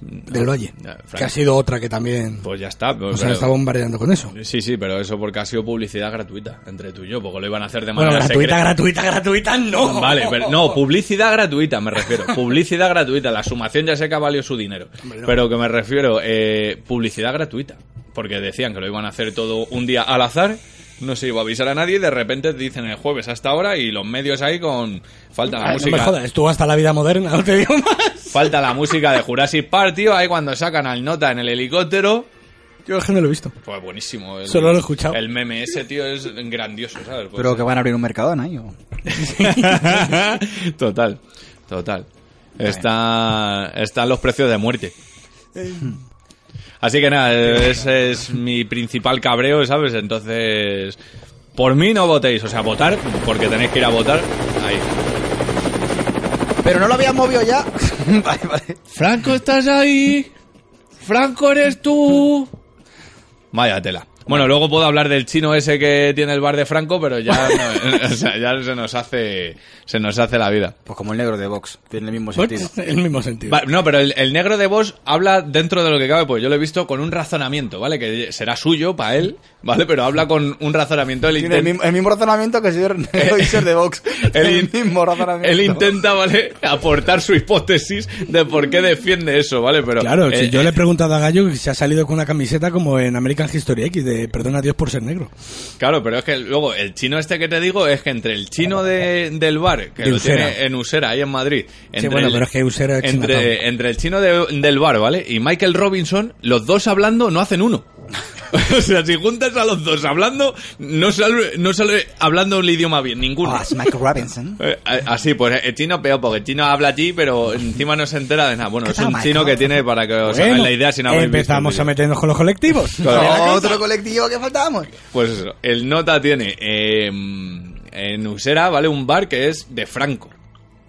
[SPEAKER 2] del Valle,
[SPEAKER 1] Ya, Frank.
[SPEAKER 2] que ha sido otra que también
[SPEAKER 1] Pues ya está. pues,
[SPEAKER 2] o sea,
[SPEAKER 1] pero-
[SPEAKER 2] está bombardeando con eso.
[SPEAKER 1] Sí, sí, pero eso porque ha sido publicidad gratuita entre tú y yo, porque lo iban a hacer de
[SPEAKER 2] Bueno,
[SPEAKER 1] manera
[SPEAKER 2] gratuita,
[SPEAKER 1] secreta.
[SPEAKER 2] gratuita, gratuita,
[SPEAKER 1] [LAUGHS]
[SPEAKER 2] no.
[SPEAKER 1] Vale, pero no, publicidad gratuita me refiero. Publicidad gratuita, la sumación ya sé que ha valido su dinero.
[SPEAKER 2] no.
[SPEAKER 1] Pero que me refiero, eh, publicidad gratuita. Porque decían que lo iban a hacer todo un día al azar, no se iba a avisar a nadie, y de repente dicen el jueves hasta ahora y los medios ahí con. Falta la
[SPEAKER 2] Ah, no
[SPEAKER 1] música.
[SPEAKER 2] me jodas, estuvo hasta la vida moderna, no te digo más.
[SPEAKER 1] Falta la música de Jurassic Park, tío, ahí cuando sacan al nota en el helicóptero.
[SPEAKER 2] Yo es que no lo he visto.
[SPEAKER 1] Pues buenísimo. el-
[SPEAKER 2] Solo lo he escuchado.
[SPEAKER 1] El meme ese, tío, es grandioso, ¿sabes? Pues-
[SPEAKER 5] Pero que van a abrir un mercadona ahí. o-
[SPEAKER 1] [LAUGHS] total, total. Está, están los precios de muerte. Así que nada, ese es mi principal cabreo, ¿sabes? Entonces, por mí no votéis, o sea, votar, porque tenéis que ir a votar. Ahí.
[SPEAKER 5] Pero no lo habían movido ya. [LAUGHS] vale, vale.
[SPEAKER 1] Franco, estás ahí. Franco, eres tú. Vaya tela. Bueno, luego puedo hablar del chino ese que tiene el bar de Franco, pero ya, no- [LAUGHS] o sea, ya se nos hace, se nos hace la vida.
[SPEAKER 5] Pues como el negro de Vox, tiene el mismo
[SPEAKER 2] Bueno,
[SPEAKER 5] sentido.
[SPEAKER 2] el mismo sentido.
[SPEAKER 1] Va- no, pero el, el negro de Vox habla dentro de lo que cabe, pues yo lo he visto con un razonamiento, ¿vale? Que será suyo para él, ¿vale? Pero habla con un razonamiento. Él,
[SPEAKER 5] Tiene el
[SPEAKER 1] inten-
[SPEAKER 5] mismo, el mismo razonamiento que si yo [LAUGHS] ser de Vox.
[SPEAKER 1] él
[SPEAKER 5] El,
[SPEAKER 1] in-
[SPEAKER 5] mismo razonamiento.
[SPEAKER 1] él intenta, ¿vale? [LAUGHS] Aportar su hipótesis de por qué defiende eso, ¿vale? Pero,
[SPEAKER 2] Claro,
[SPEAKER 1] eh,
[SPEAKER 2] si yo
[SPEAKER 1] eh,
[SPEAKER 2] le he preguntado a Gallo si ha salido con una camiseta como en American History X de perdona a Dios por ser negro.
[SPEAKER 1] Claro, pero es que luego el chino este que te digo es que entre el chino de- del bar, que
[SPEAKER 2] De
[SPEAKER 1] lo tiene
[SPEAKER 2] Usera.
[SPEAKER 1] en Usera, ahí en Madrid. Entre
[SPEAKER 2] bueno,
[SPEAKER 1] el,
[SPEAKER 2] pero es que Usera es
[SPEAKER 1] entre,
[SPEAKER 2] exmatado.
[SPEAKER 1] entre el chino de- del bar, ¿vale? Y Michael Robinson, los dos hablando no hacen uno. [LAUGHS] o sea, si juntas a los dos hablando, no sale, no sale hablando el idioma bien, ninguno.
[SPEAKER 5] Ah, es Michael [LAUGHS] Robinson.
[SPEAKER 1] Eh, a- Así, pues el chino peor, porque el chino habla allí, pero encima no se entera de nada. Bueno, es
[SPEAKER 5] tal,
[SPEAKER 1] un
[SPEAKER 5] Michael?
[SPEAKER 1] chino que tiene para que os hagáis
[SPEAKER 2] Bueno,
[SPEAKER 1] la idea si no habéis visto el
[SPEAKER 2] empezamos
[SPEAKER 1] vídeo.
[SPEAKER 2] a meternos con los colectivos.
[SPEAKER 1] Claro.
[SPEAKER 5] Otro colectivo que faltamos.
[SPEAKER 1] Pues eso, el Nota tiene eh, en Usera, ¿vale? Un bar que es de Franco.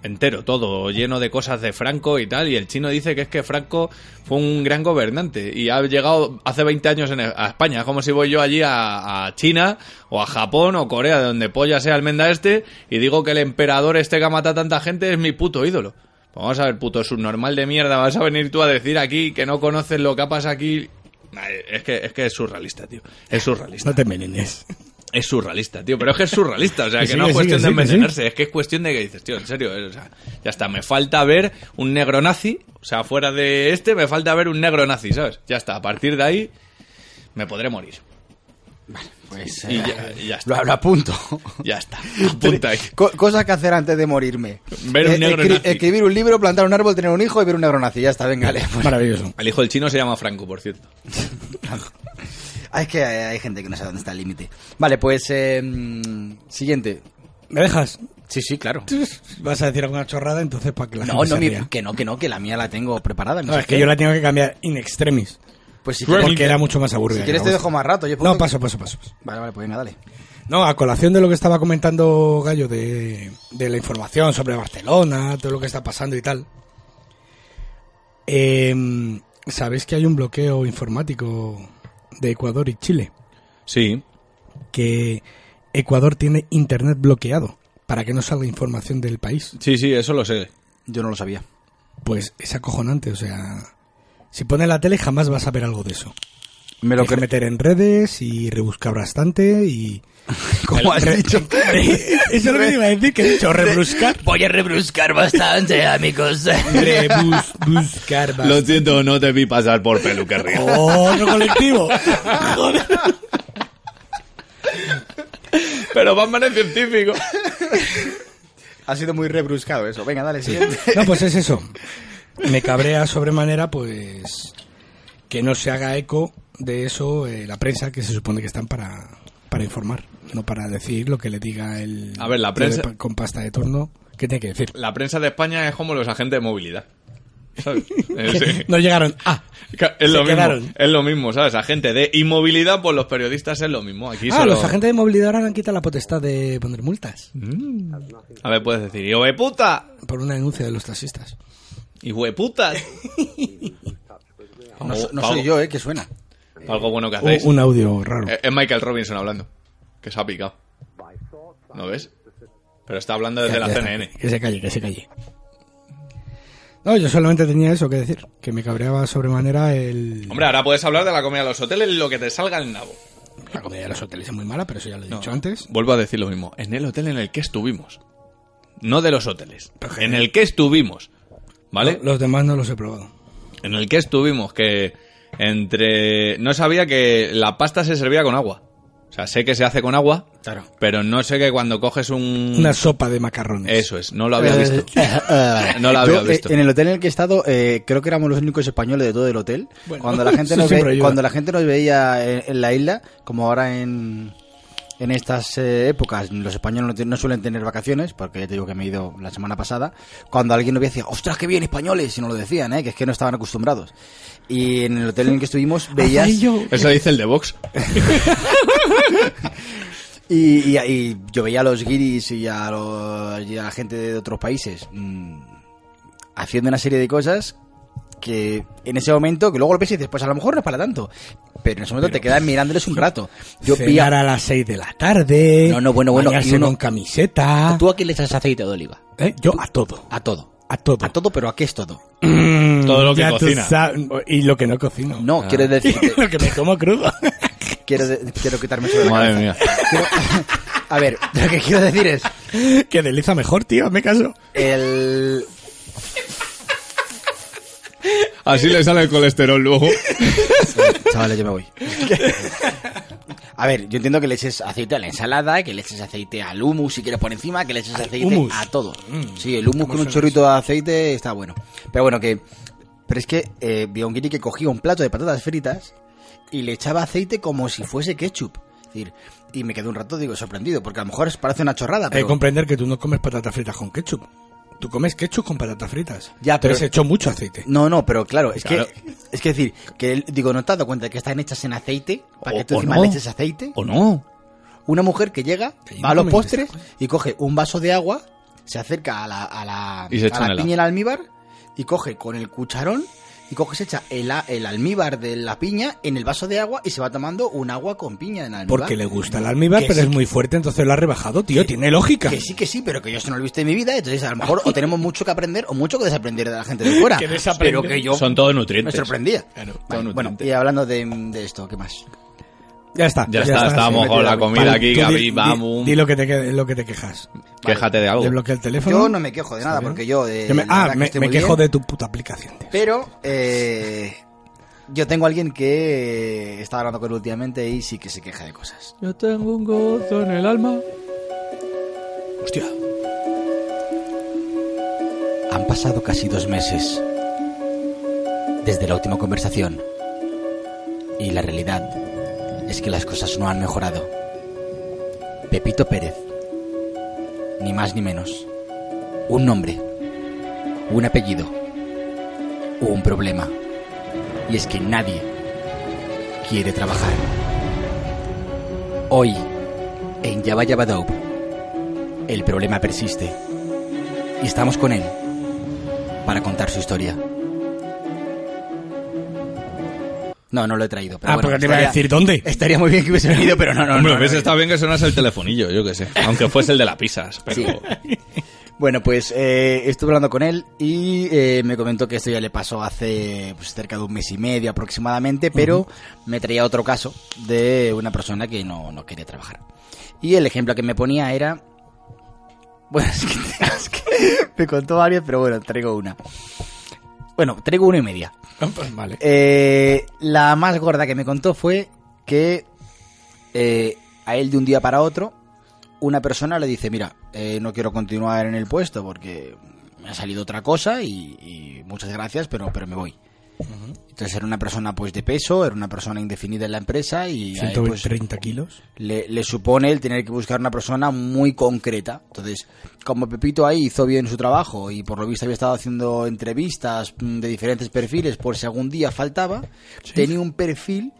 [SPEAKER 1] Entero, todo lleno de cosas de Franco y tal. Y el chino dice que es que Franco fue un gran gobernante y ha llegado hace 20 años en- e, a España. Es como si voy yo allí a, a China o a Japón o Corea, de donde polla sea almenda este, y digo que el emperador este que ha matado a tanta gente es mi puto ídolo. Vamos a ver, puto subnormal de mierda, vas a venir tú a decir aquí que no conoces lo que ha pasado aquí. Ay, Es que, es que es surrealista, tío. Es surrealista.
[SPEAKER 2] No te envenenes.
[SPEAKER 1] Es surrealista, tío, pero es que es surrealista, o sea, [LAUGHS] que,
[SPEAKER 2] Que sí,
[SPEAKER 1] no es
[SPEAKER 2] que sí,
[SPEAKER 1] cuestión de
[SPEAKER 2] que sí, que sí.
[SPEAKER 1] envenenarse, es que es cuestión de que dices, tío, en serio, eh, o sea, ya está, me falta ver un negro nazi, o sea, fuera de este, me falta ver un negro nazi, ¿sabes? Ya está, a partir de ahí me podré morir.
[SPEAKER 5] Pues
[SPEAKER 1] Y ya, y ya
[SPEAKER 5] lo,
[SPEAKER 1] está.
[SPEAKER 5] hablo apunto.
[SPEAKER 1] Ya está, [LAUGHS] apunta ahí.
[SPEAKER 5] Co- cosas que hacer antes de morirme. Eh,
[SPEAKER 1] Ver un negro nazi.
[SPEAKER 5] Escribir un libro, plantar un árbol, tener un hijo y ver un negro nazi. Ya está, [LAUGHS] venga, vale, pues.
[SPEAKER 2] Maravilloso.
[SPEAKER 1] El hijo del chino se llama Franco, por cierto.
[SPEAKER 5] Ah, es que hay, hay gente que no sabe dónde está el límite. Vale, pues eh, mm, siguiente.
[SPEAKER 2] ¿Me dejas?
[SPEAKER 5] Sí, sí, claro.
[SPEAKER 2] Vas a decir alguna chorrada, entonces para que la
[SPEAKER 5] No,
[SPEAKER 2] gente
[SPEAKER 5] no,
[SPEAKER 2] se
[SPEAKER 5] mi-
[SPEAKER 2] ría.
[SPEAKER 5] que no, que no, que la mía la tengo preparada. no
[SPEAKER 2] No,
[SPEAKER 5] sé
[SPEAKER 2] es que
[SPEAKER 5] qué.
[SPEAKER 2] yo la tengo que cambiar in extremis.
[SPEAKER 5] Pues si quieres,
[SPEAKER 2] Porque era mucho más aburrida.
[SPEAKER 5] si
[SPEAKER 2] que
[SPEAKER 5] quieres
[SPEAKER 2] la
[SPEAKER 5] te
[SPEAKER 2] vuestra.
[SPEAKER 5] dejo más rato. Yo puedo-
[SPEAKER 2] No, paso, paso, paso. paso.
[SPEAKER 5] Vale, vale, pues venga, dale.
[SPEAKER 2] No, a colación de lo que estaba comentando Gallo, de, de la información sobre Barcelona, todo lo que está pasando y tal. Eh, ¿Sabéis que hay un bloqueo informático de Ecuador y Chile?
[SPEAKER 1] Sí,
[SPEAKER 2] Que Ecuador tiene internet bloqueado para que no salga información del país.
[SPEAKER 1] sí, sí, eso lo sé.
[SPEAKER 5] Yo no lo sabía.
[SPEAKER 2] Pues es acojonante, o sea... Si pones la tele jamás vas a ver algo de eso.
[SPEAKER 5] Me
[SPEAKER 2] Hay que meter en redes y rebuscar bastante
[SPEAKER 5] [LAUGHS]
[SPEAKER 2] y...
[SPEAKER 5] Como has [LAUGHS] dicho.
[SPEAKER 2] [LAUGHS] Eso es lo que te iba a decir, que he dicho rebuscar.
[SPEAKER 5] Voy a
[SPEAKER 2] [LAUGHS]
[SPEAKER 5] rebruscar bastante, amigos. [LAUGHS]
[SPEAKER 2] Rebus, buscar bastante.
[SPEAKER 1] Lo siento, no te vi pasar por [LAUGHS] peluquería.
[SPEAKER 2] Otro
[SPEAKER 5] [LAUGHS]
[SPEAKER 2] colectivo. Joder.
[SPEAKER 1] Pero Batman es científico.
[SPEAKER 5] Ha sido muy rebruscado eso. Venga, dale, siguiente.
[SPEAKER 2] No, pues es eso. Me cabrea sobremanera, pues que no se haga eco de eso eh, la prensa, que se supone que están para, para informar, no para decir lo que le diga el
[SPEAKER 1] A ver, la
[SPEAKER 2] tío
[SPEAKER 1] prensa-
[SPEAKER 2] de pa- con pasta de turno. ¿Qué tiene que decir?
[SPEAKER 1] La prensa de España es como los agentes de movilidad. [LAUGHS] ¿Sabes? Eh, Sí.
[SPEAKER 2] [LAUGHS] No llegaron. Ah,
[SPEAKER 1] Ca- Es
[SPEAKER 2] Se
[SPEAKER 1] lo, mismo,
[SPEAKER 2] quedaron.
[SPEAKER 1] es lo mismo, ¿sabes? Agente de inmovilidad, pues los periodistas es lo Mm. mismo. Aquí
[SPEAKER 2] ah,
[SPEAKER 1] solo-
[SPEAKER 2] los agentes de movilidad ahora le han quitado la potestad de poner multas
[SPEAKER 1] A ver, puedes decir, ¡hijo de puta!
[SPEAKER 2] por una denuncia de los taxistas.
[SPEAKER 1] ¡hijo de puta!
[SPEAKER 5] [LAUGHS] No, so- no soy [LAUGHS] yo, eh, que suena.
[SPEAKER 1] Algo bueno que hacéis.
[SPEAKER 2] Un- un audio raro.
[SPEAKER 1] Ah, Eh, Es Michael Robinson hablando, que se ha picado. ¿No ves? Pero está hablando desde
[SPEAKER 2] Ya,
[SPEAKER 1] la
[SPEAKER 2] ya está.
[SPEAKER 1] CNN.
[SPEAKER 2] Que se calle, que se calle. No, yo solamente tenía eso que decir, que me cabreaba sobremanera el...
[SPEAKER 1] Hombre, ahora puedes hablar de la comida de los hoteles y lo que te salga el nabo.
[SPEAKER 2] La comida de los hoteles es muy mala, pero eso ya lo he dicho antes.
[SPEAKER 1] Vuelvo a decir lo mismo. En el hotel en el que estuvimos. No de los hoteles. En el que estuvimos. ¿Vale?
[SPEAKER 2] Los demás no los he probado.
[SPEAKER 1] En el que estuvimos, que entre... No sabía que la pasta se servía con agua. O sea, sé que se hace con agua,
[SPEAKER 2] Claro.
[SPEAKER 1] pero no sé que cuando coges un...
[SPEAKER 2] Una sopa de macarrones.
[SPEAKER 1] Eso es, no lo
[SPEAKER 5] Eh,
[SPEAKER 1] había visto. [LAUGHS] No
[SPEAKER 5] lo
[SPEAKER 1] lo había visto.
[SPEAKER 5] En el hotel en el que he estado, eh, creo que éramos los únicos españoles de todo el hotel.
[SPEAKER 2] Bueno, [LAUGHS]
[SPEAKER 5] cuando, la gente
[SPEAKER 2] eso
[SPEAKER 5] nos ve-
[SPEAKER 2] siempre ayuda.
[SPEAKER 5] cuando la gente nos veía en, en la isla, como ahora en, en estas eh, épocas, los españoles no, te- no suelen tener vacaciones, porque ya te digo que me he ido la semana pasada. Cuando alguien nos veía, decía, ostras, qué bien españoles, y no lo decían, eh, que es que no estaban acostumbrados. Y en el hotel en el que estuvimos, veías.
[SPEAKER 2] Yo-
[SPEAKER 1] Eso dice el de Vox.
[SPEAKER 5] Y, y- y yo veía a los guiris y a, los- y a la gente de otros países mm, haciendo una serie de cosas que en ese momento, que luego lo ves y dices, pues a lo mejor no es para tanto. Pero en ese momento te quedas mirándoles un rato. Yo vi
[SPEAKER 2] cenar
[SPEAKER 5] a...
[SPEAKER 2] a las 6 de la tarde.
[SPEAKER 5] No, no, bueno, bueno,
[SPEAKER 2] bañarse
[SPEAKER 5] y uno-
[SPEAKER 2] con camiseta.
[SPEAKER 5] ¿Tú a qué le echas aceite de oliva?
[SPEAKER 2] ¿Eh? Yo a todo.
[SPEAKER 5] A todo.
[SPEAKER 2] A todo.
[SPEAKER 5] A todo, pero ¿a qué es todo?
[SPEAKER 2] Mm,
[SPEAKER 1] Todo lo que
[SPEAKER 2] ya tú
[SPEAKER 1] cocina.
[SPEAKER 2] sa- Y lo que no cocino.
[SPEAKER 5] No,
[SPEAKER 2] [LAUGHS]
[SPEAKER 5] quiero decir
[SPEAKER 2] lo que me como crudo. [LAUGHS]
[SPEAKER 5] quiero, de- quiero quitarme eso de la
[SPEAKER 1] Madre
[SPEAKER 5] cabeza.
[SPEAKER 1] mía.
[SPEAKER 5] Quiero- [LAUGHS] a ver, lo que quiero decir es...
[SPEAKER 2] que deliza mejor, tío, me caso.
[SPEAKER 5] Ah, El...
[SPEAKER 1] Así le sale el colesterol luego.
[SPEAKER 5] Chavales, yo me voy. A ver, yo entiendo que le eches aceite a la ensalada, que le eches aceite al hummus si quieres por encima, que le eches aceite
[SPEAKER 2] hummus.
[SPEAKER 5] a todo. Sí, el hummus con un chorrito de aceite está bueno. Pero bueno, que. Pero es que eh, vi a un guiri que cogía un plato de patatas fritas y le echaba aceite como si fuese ketchup. Es decir, y me quedé un rato, digo, sorprendido, porque a lo mejor os parece una chorrada,
[SPEAKER 2] Hay que
[SPEAKER 5] pero.
[SPEAKER 2] comprender que tú no comes patatas fritas con ketchup. Tú comes ketchup con patatas fritas.
[SPEAKER 5] Ya, pero-
[SPEAKER 2] Pero se echó mucho aceite.
[SPEAKER 5] No, no, pero claro, es
[SPEAKER 1] Claro.
[SPEAKER 5] que. Es que decir, que él- digo, ¿no te has dado cuenta de que están hechas en aceite? Para que
[SPEAKER 1] O-
[SPEAKER 5] tú
[SPEAKER 1] o
[SPEAKER 5] encima
[SPEAKER 1] no.
[SPEAKER 5] le eches aceite.
[SPEAKER 1] ¿O no?
[SPEAKER 5] Una mujer que llega,
[SPEAKER 2] Que yo
[SPEAKER 5] va a
[SPEAKER 2] no
[SPEAKER 5] los
[SPEAKER 2] me
[SPEAKER 5] postres
[SPEAKER 2] interesa,
[SPEAKER 5] y coge un vaso de agua, se acerca a la, a la,
[SPEAKER 1] Y se
[SPEAKER 5] a
[SPEAKER 1] echa
[SPEAKER 5] la
[SPEAKER 1] un helado.
[SPEAKER 5] piña y el almíbar y coge con el cucharón y coge, se echa el, a- el almíbar de la piña en el vaso de agua y se va tomando un agua con piña en almíbar.
[SPEAKER 2] Porque le gusta el almíbar,
[SPEAKER 5] Que
[SPEAKER 2] pero es
[SPEAKER 5] sí,
[SPEAKER 2] muy fuerte, entonces lo ha rebajado, tío. Tiene lógica.
[SPEAKER 5] Que sí, que sí, pero que yo esto no lo he visto en mi vida, entonces a lo mejor o tenemos mucho que aprender o mucho que desaprender de la gente de
[SPEAKER 1] [LAUGHS]
[SPEAKER 5] fuera.
[SPEAKER 2] Que desaprender.
[SPEAKER 5] Pero que yo
[SPEAKER 1] Son todos
[SPEAKER 5] me
[SPEAKER 1] nutrientes.
[SPEAKER 5] sorprendía.
[SPEAKER 2] Claro, todo
[SPEAKER 5] Vale, bueno,
[SPEAKER 1] nutriente.
[SPEAKER 5] y hablando de, de esto, ¿qué más?
[SPEAKER 2] Ya está.
[SPEAKER 1] Ya, está,
[SPEAKER 5] sí,
[SPEAKER 1] estábamos con la
[SPEAKER 5] metido la-
[SPEAKER 1] comida
[SPEAKER 2] Vale,
[SPEAKER 1] aquí,
[SPEAKER 2] tú di-
[SPEAKER 1] Gaby,
[SPEAKER 2] di-
[SPEAKER 1] vamos.
[SPEAKER 2] Di lo que te, que- lo que te quejas.
[SPEAKER 1] Quéjate de algo.
[SPEAKER 2] Desbloquea el teléfono.
[SPEAKER 5] Yo no me quejo de nada porque yo... eh,
[SPEAKER 2] Yo me-
[SPEAKER 5] la verdad
[SPEAKER 2] ah,
[SPEAKER 5] que
[SPEAKER 2] me,
[SPEAKER 5] estoy
[SPEAKER 2] me
[SPEAKER 5] muy
[SPEAKER 2] quejo
[SPEAKER 5] bien.
[SPEAKER 2] de tu puta aplicación. tío.
[SPEAKER 5] Pero eh, yo tengo a alguien que eh, estaba hablando con él últimamente y sí que se queja de cosas.
[SPEAKER 1] Yo tengo un gozo en el alma.
[SPEAKER 2] Hostia.
[SPEAKER 5] Han pasado casi dos meses desde la última conversación y la realidad es que las cosas no han mejorado. Pepito Pérez, ni más ni menos, un nombre, un apellido, un problema y es que nadie quiere trabajar. Hoy, en Java Java Dope, el problema persiste y estamos con él para contar su historia. No, no lo he traído. Pero
[SPEAKER 2] Ah,
[SPEAKER 5] bueno, pues
[SPEAKER 2] porque te iba a
[SPEAKER 5] estaría-
[SPEAKER 2] decir dónde.
[SPEAKER 5] Estaría muy bien
[SPEAKER 1] [LAUGHS]
[SPEAKER 5] que hubiese venido, pero no, no.
[SPEAKER 1] Hombre,
[SPEAKER 5] no,
[SPEAKER 1] hubiese
[SPEAKER 5] no.
[SPEAKER 1] estado bien que sonase el telefonillo, yo qué sé. Aunque fuese el de la pisas,
[SPEAKER 5] [LAUGHS]
[SPEAKER 1] pero...
[SPEAKER 5] Bueno, pues eh, estuve hablando con él y eh, me comentó que esto ya le pasó hace pues, cerca de un mes y medio aproximadamente, pero me traía otro caso de una persona que no, no quería trabajar. Y el ejemplo que me ponía era... Bueno, [LAUGHS] es que, es que me contó varios, pero bueno, traigo una. Bueno, traigo una y media. Pues
[SPEAKER 2] Vale.
[SPEAKER 5] Eh, la más gorda que me contó fue que eh, a él de un día para otro una persona le dice, mira, eh, no quiero continuar en el puesto porque me ha salido otra cosa y, y muchas gracias, pero, pero me voy. Entonces era una persona pues de peso, era una persona indefinida en la empresa y a él, pues,
[SPEAKER 2] 130 kilos.
[SPEAKER 5] le, le supone el tener que buscar una persona muy concreta. Entonces, como Pepito ahí hizo bien su trabajo y por lo visto había estado haciendo entrevistas mm, de diferentes perfiles por si algún día faltaba, tenía un perfil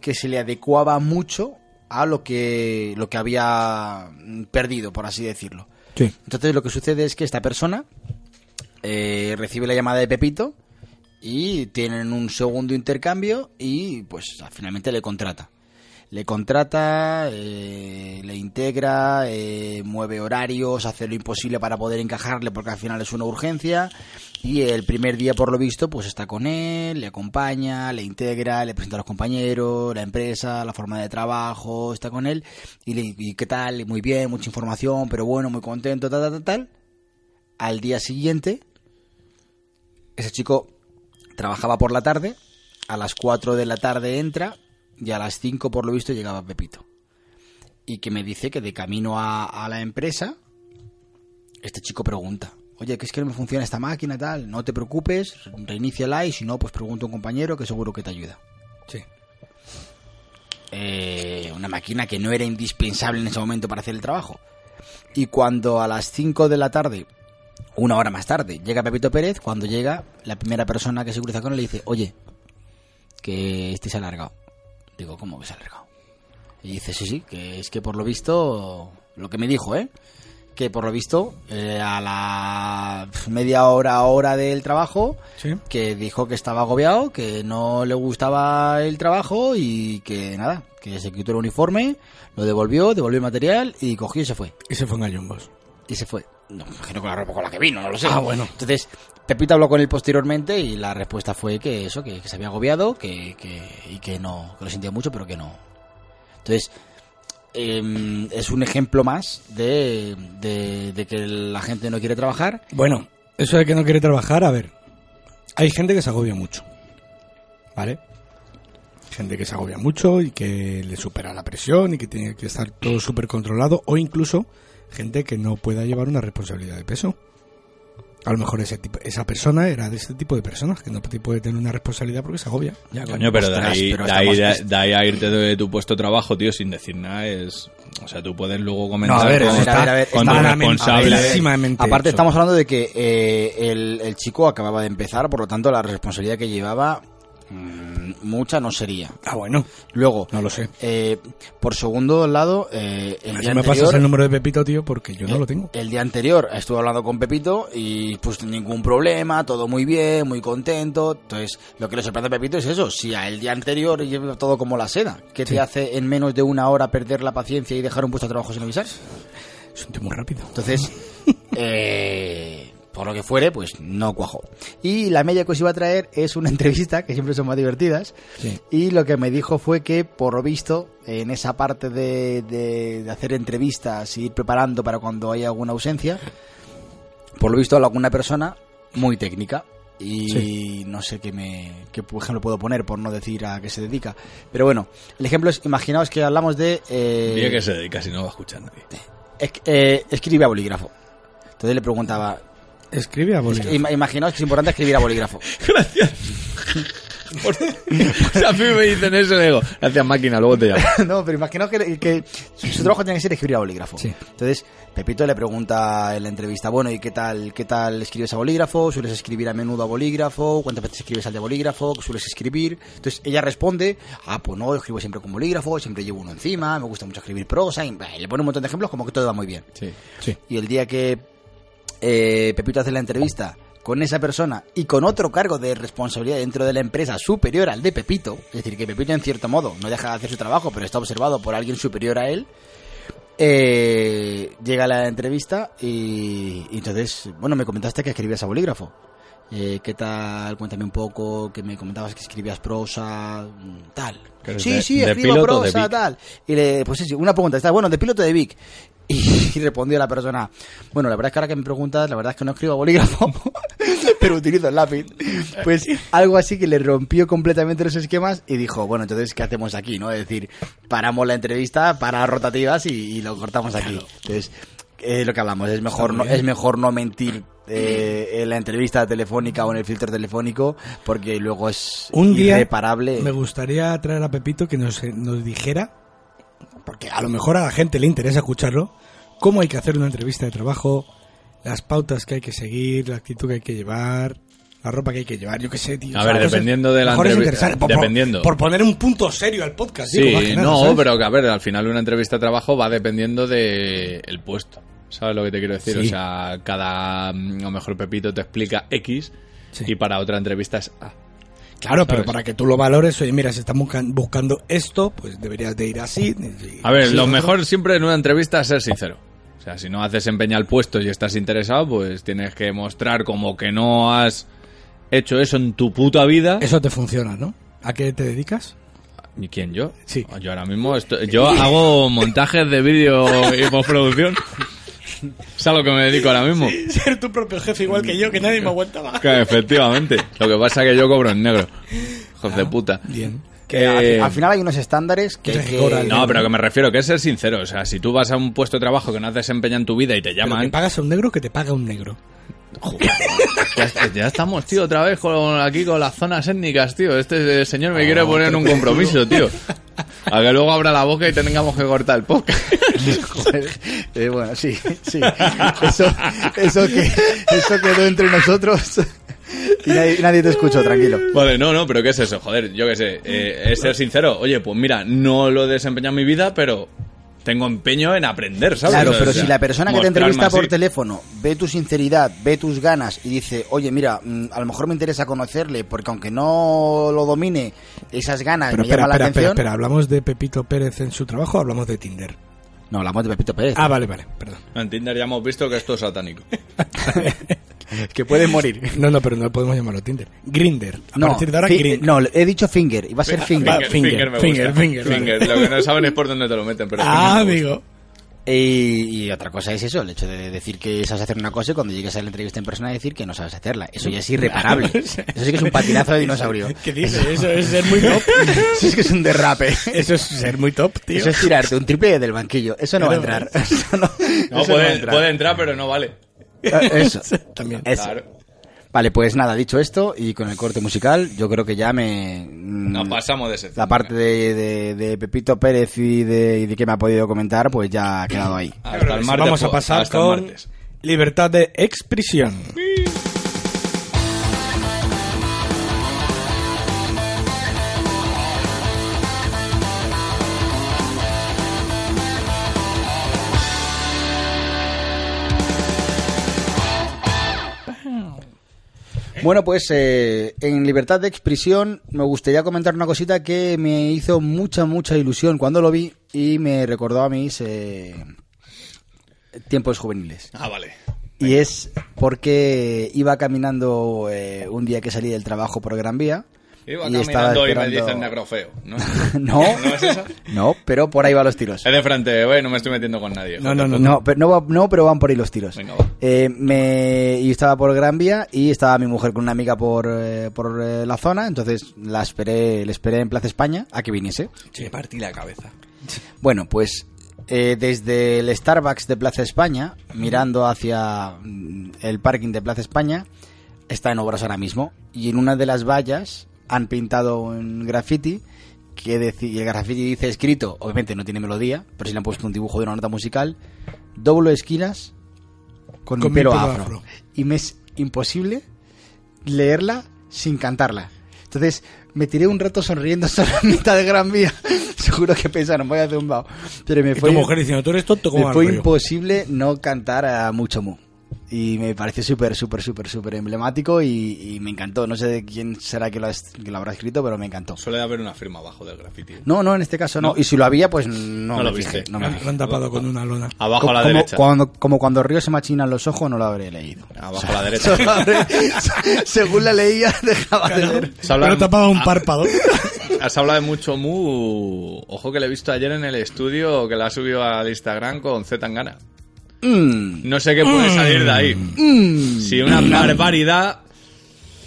[SPEAKER 5] que se le adecuaba mucho a lo que, lo que había mm, perdido, por así decirlo.
[SPEAKER 2] Sí.
[SPEAKER 5] Entonces lo que sucede es que esta persona eh, recibe la llamada de Pepito y tienen un segundo intercambio y pues finalmente le contrata. Le contrata, eh, le integra, eh, mueve horarios, hace lo imposible para poder encajarle porque al final es una urgencia. Y el primer día, por lo visto, pues está con él, le acompaña, le integra, le presenta a los compañeros, la empresa, la forma de trabajo, está con él. Y, le, y qué tal, muy bien, mucha información, pero bueno, muy contento, tal, tal, tal, tal. Al día siguiente, ese chico trabajaba por la tarde, a las 4 de la tarde entra y a las 5 por lo visto llegaba Pepito. Y que me dice que de camino a, a la empresa, este chico pregunta, oye, que es que no me funciona esta máquina tal? No te preocupes, reiníciala y si no, pues pregunta a un compañero que seguro que te ayuda.
[SPEAKER 2] Sí.
[SPEAKER 5] Eh, una máquina que no era indispensable en ese momento para hacer el trabajo. Y cuando a las 5 de la tarde, una hora más tarde, llega Pepito Pérez, cuando llega, la primera persona que se cruza con él le dice, oye, que este se ha alargado. Digo, ¿cómo que se ha alargado? Y dice, sí, sí, que es que por lo visto, lo que me dijo, ¿eh? Que por lo visto, eh, a la media hora, hora del trabajo,
[SPEAKER 2] Sí.
[SPEAKER 5] que dijo que estaba agobiado, que no le gustaba el trabajo y que nada, que se quitó el uniforme, lo devolvió, devolvió el material y cogió y se fue.
[SPEAKER 2] Y se fue en gallumbos.
[SPEAKER 5] Y se fue. No, me imagino con la ropa con la que vino, no lo sé. Ah, bueno. Entonces, Pepito habló con él posteriormente y la respuesta fue que eso, que, que se había agobiado que, que, y que no, que lo sentía mucho, pero que no. Entonces, em, es un ejemplo más de, de, de que la gente no quiere trabajar.
[SPEAKER 2] Bueno, eso de que no quiere trabajar, a ver. Hay gente que se agobia mucho. ¿Vale? Gente que se agobia mucho y que le supera la presión y que tiene que estar todo súper controlado. O incluso gente que no pueda llevar una responsabilidad de peso. A lo mejor ese tipo, esa persona era de ese tipo de personas que no te puede tener una responsabilidad porque se agobia.
[SPEAKER 5] Ya,
[SPEAKER 1] Coño, pero de
[SPEAKER 5] ostras,
[SPEAKER 1] ahí,
[SPEAKER 5] pero
[SPEAKER 1] de, ahí,
[SPEAKER 5] estamos-
[SPEAKER 1] de- de ahí a irte de tu puesto de trabajo, tío, sin decir nada, es... O sea, tú puedes luego comentar
[SPEAKER 2] No, a ver,
[SPEAKER 1] con,
[SPEAKER 5] a ver, a ver, a ver,
[SPEAKER 1] con
[SPEAKER 5] está
[SPEAKER 1] tu
[SPEAKER 2] malamente-
[SPEAKER 1] responsable.
[SPEAKER 2] a ver, sí, malmente
[SPEAKER 5] Aparte
[SPEAKER 2] hecho.
[SPEAKER 5] estamos hablando de que eh, el, el chico acababa de empezar, por lo tanto la responsabilidad que llevaba mm, mucha no sería.
[SPEAKER 2] Ah, bueno.
[SPEAKER 5] Luego,
[SPEAKER 2] No lo sé.
[SPEAKER 5] eh, por segundo lado, eh, el,
[SPEAKER 2] Así
[SPEAKER 5] día
[SPEAKER 2] me pasas
[SPEAKER 5] anterior, Eh,
[SPEAKER 2] el número de Pepito, tío, porque yo no lo tengo.
[SPEAKER 5] el día anterior estuve hablando con Pepito y pues ningún problema, todo muy bien, muy contento. Entonces, lo que le sorprende a Pepito es eso, si a el día anterior lleva todo como la seda, ¿qué te hace en menos de una hora perder la paciencia y dejar un puesto de trabajo sin avisar?
[SPEAKER 2] Es un tío muy rápido. [LAUGHS]
[SPEAKER 5] Entonces, eh, por lo que fuere, pues no cuajó. Y la media que os iba a traer es una [LAUGHS] entrevista, que siempre son más divertidas.
[SPEAKER 2] Sí.
[SPEAKER 5] Y lo que me dijo fue que, por lo visto, en esa parte de, de- de hacer entrevistas y ir preparando para cuando haya alguna ausencia, por lo visto, alguna persona muy técnica. Y
[SPEAKER 2] Sí.
[SPEAKER 5] no sé qué, me, qué ejemplo puedo poner por no decir a qué se dedica. Pero bueno, el ejemplo es, imaginaos que hablamos de... eh,
[SPEAKER 1] Tío, que se dedica si no va a escuchar nadie.
[SPEAKER 5] es- eh, escribe a bolígrafo. Entonces le preguntaba,
[SPEAKER 2] Escribe a
[SPEAKER 5] es
[SPEAKER 2] bolígrafo.
[SPEAKER 5] que ima- imaginaos que es importante escribir a bolígrafo.
[SPEAKER 1] Gracias. Por- [LAUGHS] o sea, a mí me dicen eso y le digo, gracias máquina, luego te llamo.
[SPEAKER 5] [LAUGHS] no, pero imaginaos que, que su, su trabajo tiene que ser escribir a bolígrafo.
[SPEAKER 2] Sí.
[SPEAKER 5] Entonces, Pepito le pregunta en la entrevista, bueno, ¿y qué tal, qué tal escribes a bolígrafo? ¿Sueles escribir a menudo a bolígrafo? ¿Cuántas veces escribes al de bolígrafo? ¿Qué ¿Sueles escribir? Entonces ella responde, ah, pues no, escribo siempre con bolígrafo, siempre llevo uno encima, me gusta mucho escribir prosa, y bah, le pone un montón de ejemplos como que todo va muy bien.
[SPEAKER 1] Sí.
[SPEAKER 2] Sí.
[SPEAKER 5] y el día que eh, Pepito hace la entrevista con esa persona y con otro cargo de responsabilidad dentro de la empresa superior al de Pepito, es decir, que Pepito en cierto modo no deja de hacer su trabajo, pero está observado por alguien superior a él, eh, llega la entrevista y, y entonces, bueno, me comentaste que escribías a bolígrafo. Eh, ¿Qué tal? Cuéntame un poco, que me comentabas que escribías prosa, mm, tal.
[SPEAKER 1] Que eres
[SPEAKER 5] Sí,
[SPEAKER 1] de-
[SPEAKER 5] sí,
[SPEAKER 1] de
[SPEAKER 5] escribo
[SPEAKER 1] piloto de
[SPEAKER 5] prosa,
[SPEAKER 1] Vic.
[SPEAKER 5] tal. Y le, pues sí, sí, una pregunta, está bueno, de piloto de Vic. [LAUGHS] Y, respondió la persona, bueno, la verdad es que ahora que me preguntas, la verdad es que no escribo a bolígrafo, [LAUGHS] pero utilizo el lápiz. Pues algo así que le rompió completamente los esquemas y dijo, bueno, entonces, ¿qué hacemos aquí? no Es decir, paramos la entrevista, para rotativas y, y lo cortamos aquí. Entonces, eh, lo que hablamos, es mejor, no, es mejor no mentir eh, en la entrevista telefónica o en el filtro telefónico, porque luego es
[SPEAKER 2] Un día
[SPEAKER 5] irreparable.
[SPEAKER 2] me gustaría traer a Pepito que nos, nos dijera, porque a lo mejor a la gente le interesa escucharlo, cómo hay que hacer una entrevista de trabajo, las pautas que hay que seguir, la actitud que hay que llevar, la ropa que hay que llevar, yo qué sé, tío.
[SPEAKER 1] A ver, dependiendo de la
[SPEAKER 2] mejor es
[SPEAKER 1] entrevi-
[SPEAKER 2] interesante, por, por-
[SPEAKER 1] dependiendo.
[SPEAKER 2] Por, poner un punto serio al podcast.
[SPEAKER 1] Sí,
[SPEAKER 2] digo, más que nada,
[SPEAKER 1] no,
[SPEAKER 2] ¿sabes?
[SPEAKER 1] pero que a ver, al final una entrevista de trabajo va dependiendo de el puesto. ¿Sabes lo que te quiero decir?
[SPEAKER 2] Sí.
[SPEAKER 1] O sea, cada, mm, a lo mejor Pepito te explica X
[SPEAKER 2] Sí.
[SPEAKER 1] y para otra entrevista es A.
[SPEAKER 2] Claro, pero
[SPEAKER 1] ¿Sabes?
[SPEAKER 2] para que tú lo valores, oye, mira, si estás buscan- buscando esto, pues deberías de ir así. y-
[SPEAKER 1] A ver,
[SPEAKER 2] sí,
[SPEAKER 1] lo
[SPEAKER 2] ¿no?
[SPEAKER 1] mejor siempre en una entrevista es ser sincero. O sea, si no has desempeñado el puesto y estás interesado, pues tienes que mostrar como que no has hecho eso en tu puta vida.
[SPEAKER 2] Eso te funciona, ¿no? ¿A qué te dedicas?
[SPEAKER 1] ¿Y quién yo?
[SPEAKER 2] Sí.
[SPEAKER 1] Yo ahora mismo estoy- yo hago montajes de vídeo y postproducción. Es a lo que me dedico ahora mismo.
[SPEAKER 2] [LAUGHS] Ser tu propio jefe igual que yo, que nadie me aguantaba.
[SPEAKER 1] Que efectivamente. Lo que pasa es que yo cobro en negro. Hijos de puta.
[SPEAKER 2] Ah, Bien.
[SPEAKER 5] Que
[SPEAKER 1] Eh,
[SPEAKER 5] al, fi- al final hay unos estándares que, hay que-
[SPEAKER 2] Rigor
[SPEAKER 1] No, pero que me refiero, que es ser sincero. O sea, si tú vas a un puesto de trabajo que no has desempeñado en tu vida y te
[SPEAKER 2] Pero que
[SPEAKER 1] llaman,
[SPEAKER 2] pagas a un negro que te paga un negro.
[SPEAKER 1] Ya, est- Pues, ya estamos, tío, otra vez con, aquí con las zonas étnicas, tío. Este eh, señor me quiere poner en un compromiso, tío. A que luego abra la boca y tengamos que cortar el podcast.
[SPEAKER 5] [LAUGHS] Joder. Eh, bueno, sí, sí. Eso, eso, que, eso quedó entre nosotros. Y nadie, nadie te escuchó, tranquilo.
[SPEAKER 1] [LAUGHS] Vale, no, no, pero ¿qué es eso? Joder, yo qué sé. eh, es ser sincero. Oye, pues mira, no lo he desempeñado en mi vida, pero tengo empeño en aprender, ¿sabes?
[SPEAKER 5] Claro,
[SPEAKER 1] O
[SPEAKER 5] pero
[SPEAKER 1] sea,
[SPEAKER 5] si la persona que te
[SPEAKER 1] mostrarme
[SPEAKER 5] entrevista por
[SPEAKER 1] así.
[SPEAKER 5] teléfono ve tu sinceridad, ve tus ganas y dice, oye, mira, mm, a lo mejor me interesa conocerle, porque aunque no lo domine, esas ganas
[SPEAKER 2] Pero
[SPEAKER 5] me
[SPEAKER 2] espera,
[SPEAKER 5] llaman la
[SPEAKER 2] espera, espera,
[SPEAKER 5] atención.
[SPEAKER 2] espera, ¿hablamos de Pepito Pérez en su trabajo o hablamos de Tinder?
[SPEAKER 5] No, hablamos de Pepito Pérez.
[SPEAKER 2] Ah, vale, vale, perdón.
[SPEAKER 1] En Tinder ya hemos visto que esto es satánico.
[SPEAKER 5] que puede morir.
[SPEAKER 2] No, no, pero no podemos llamarlo Tinder. Grinder. A
[SPEAKER 5] No,
[SPEAKER 2] partir de ahora, Ah,
[SPEAKER 5] fi-
[SPEAKER 2] Grinder.
[SPEAKER 5] no, he dicho Finger, iba
[SPEAKER 1] [LAUGHS]
[SPEAKER 5] a ser Finger.
[SPEAKER 2] Va, finger,
[SPEAKER 1] me
[SPEAKER 2] finger,
[SPEAKER 1] gusta.
[SPEAKER 2] finger, vale.
[SPEAKER 1] Finger, Lo que no saben es por dónde te lo meten, pero
[SPEAKER 2] Ah,
[SPEAKER 1] finger me gusta.
[SPEAKER 2] amigo.
[SPEAKER 5] Y, y otra cosa es eso, el hecho de decir que sabes hacer una cosa y cuando llegues a la entrevista en persona decir que no sabes hacerla. Eso ya
[SPEAKER 2] [LAUGHS]
[SPEAKER 5] es irreparable. Eso sí que es un patinazo de dinosaurio.
[SPEAKER 2] ¿Qué dices? Eso es ser muy top.
[SPEAKER 5] [LAUGHS] Eso es que es un
[SPEAKER 2] [LAUGHS]
[SPEAKER 5] derrape.
[SPEAKER 2] Eso es ser muy top, tío.
[SPEAKER 5] Eso es tirarte un triple del banquillo. Eso no va a entrar. [LAUGHS] Eso no,
[SPEAKER 1] No,
[SPEAKER 5] eso no va a
[SPEAKER 1] puede,
[SPEAKER 5] entrar.
[SPEAKER 1] puede entrar, pero no vale.
[SPEAKER 5] Eh, Eso.
[SPEAKER 2] [LAUGHS] También.
[SPEAKER 5] Eso.
[SPEAKER 1] Claro.
[SPEAKER 5] Vale, pues nada, dicho esto y con el corte musical, yo creo que ya me... mm,
[SPEAKER 1] Nos pasamos de ese.
[SPEAKER 5] La parte de, de- de Pepito Pérez y de, y de que me ha podido comentar, pues ya ha quedado ahí.
[SPEAKER 1] Hasta el martes,
[SPEAKER 2] Vamos a
[SPEAKER 1] po-
[SPEAKER 2] pasar
[SPEAKER 1] hasta el
[SPEAKER 2] con
[SPEAKER 1] martes.
[SPEAKER 2] libertad de exprisión.
[SPEAKER 5] Bueno, pues eh, en libertad de expresión me gustaría comentar una cosita que me hizo mucha, mucha ilusión cuando lo vi y me recordó a mis eh, tiempos juveniles.
[SPEAKER 1] Ah, vale.
[SPEAKER 5] Y es porque iba caminando eh, un día que salí del trabajo por Gran Vía.
[SPEAKER 1] Iba
[SPEAKER 5] y estaba
[SPEAKER 1] caminando y me
[SPEAKER 5] esperando-
[SPEAKER 1] dicen negro feo. ¿no?
[SPEAKER 5] [LAUGHS] No,
[SPEAKER 1] ¿No es eso?
[SPEAKER 5] no, pero por ahí van los tiros.
[SPEAKER 1] Es de frente, güey, no me estoy metiendo con nadie.
[SPEAKER 2] No, no, no.
[SPEAKER 5] No, pero, no, va- no, pero van por ahí los tiros.
[SPEAKER 1] Venga, va.
[SPEAKER 5] Eh, me, y estaba por Gran Vía y estaba mi mujer con una amiga por, eh, por eh, la zona, entonces la esperé, le esperé en Plaza España a que viniese.
[SPEAKER 2] Che, partí la cabeza.
[SPEAKER 5] Bueno, pues eh, desde el Starbucks de Plaza España, mirando hacia mm, el parking de Plaza España, está en obras ahora mismo. Y en una de las vallas han pintado un graffiti que deci- y el graffiti dice escrito, obviamente no tiene melodía, pero sí le han puesto un dibujo de una nota musical, doblo esquinas con, mi pelo, afro. Y me es imposible leerla sin cantarla. Entonces me tiré un rato sonriendo [LAUGHS] solo en mitad de Gran Vía. [LAUGHS] Seguro que pensaron, voy a hacer un vaho. Pero me
[SPEAKER 2] Y
[SPEAKER 5] fue
[SPEAKER 2] tu mujer diciendo, tú eres tonto
[SPEAKER 5] me
[SPEAKER 2] como
[SPEAKER 5] fue
[SPEAKER 2] Alfredo.
[SPEAKER 5] imposible no cantar a Mucho Mu. Y me pareció súper, súper, súper, súper emblemático y, y me encantó. No sé de quién será que lo, has- que lo habrá escrito, pero me encantó.
[SPEAKER 1] Suele haber una firma abajo del graffiti.
[SPEAKER 5] No, no, en este caso no.
[SPEAKER 1] No.
[SPEAKER 5] Y si lo había, pues no,
[SPEAKER 1] No
[SPEAKER 5] me
[SPEAKER 1] lo
[SPEAKER 5] fijé,
[SPEAKER 1] viste. Ah,
[SPEAKER 5] no me
[SPEAKER 2] Me
[SPEAKER 5] fijé.
[SPEAKER 2] han tapado con una lona.
[SPEAKER 1] Abajo a la
[SPEAKER 5] como,
[SPEAKER 1] derecha.
[SPEAKER 5] Cuando, como cuando Río se machinan los ojos, no lo habré leído.
[SPEAKER 1] Abajo
[SPEAKER 5] [LAUGHS]
[SPEAKER 1] a la derecha.
[SPEAKER 5] Según la leía, [LAUGHS] dejaba de leer.
[SPEAKER 1] Se habla-
[SPEAKER 2] Pero tapaba un
[SPEAKER 1] Ah,
[SPEAKER 2] párpado. [LAUGHS]
[SPEAKER 1] Has hablado de mucho mu. Ojo que le he visto ayer en el estudio que la ha subido al Instagram con Z Tangana. No sé qué puede salir de ahí. Si una barbaridad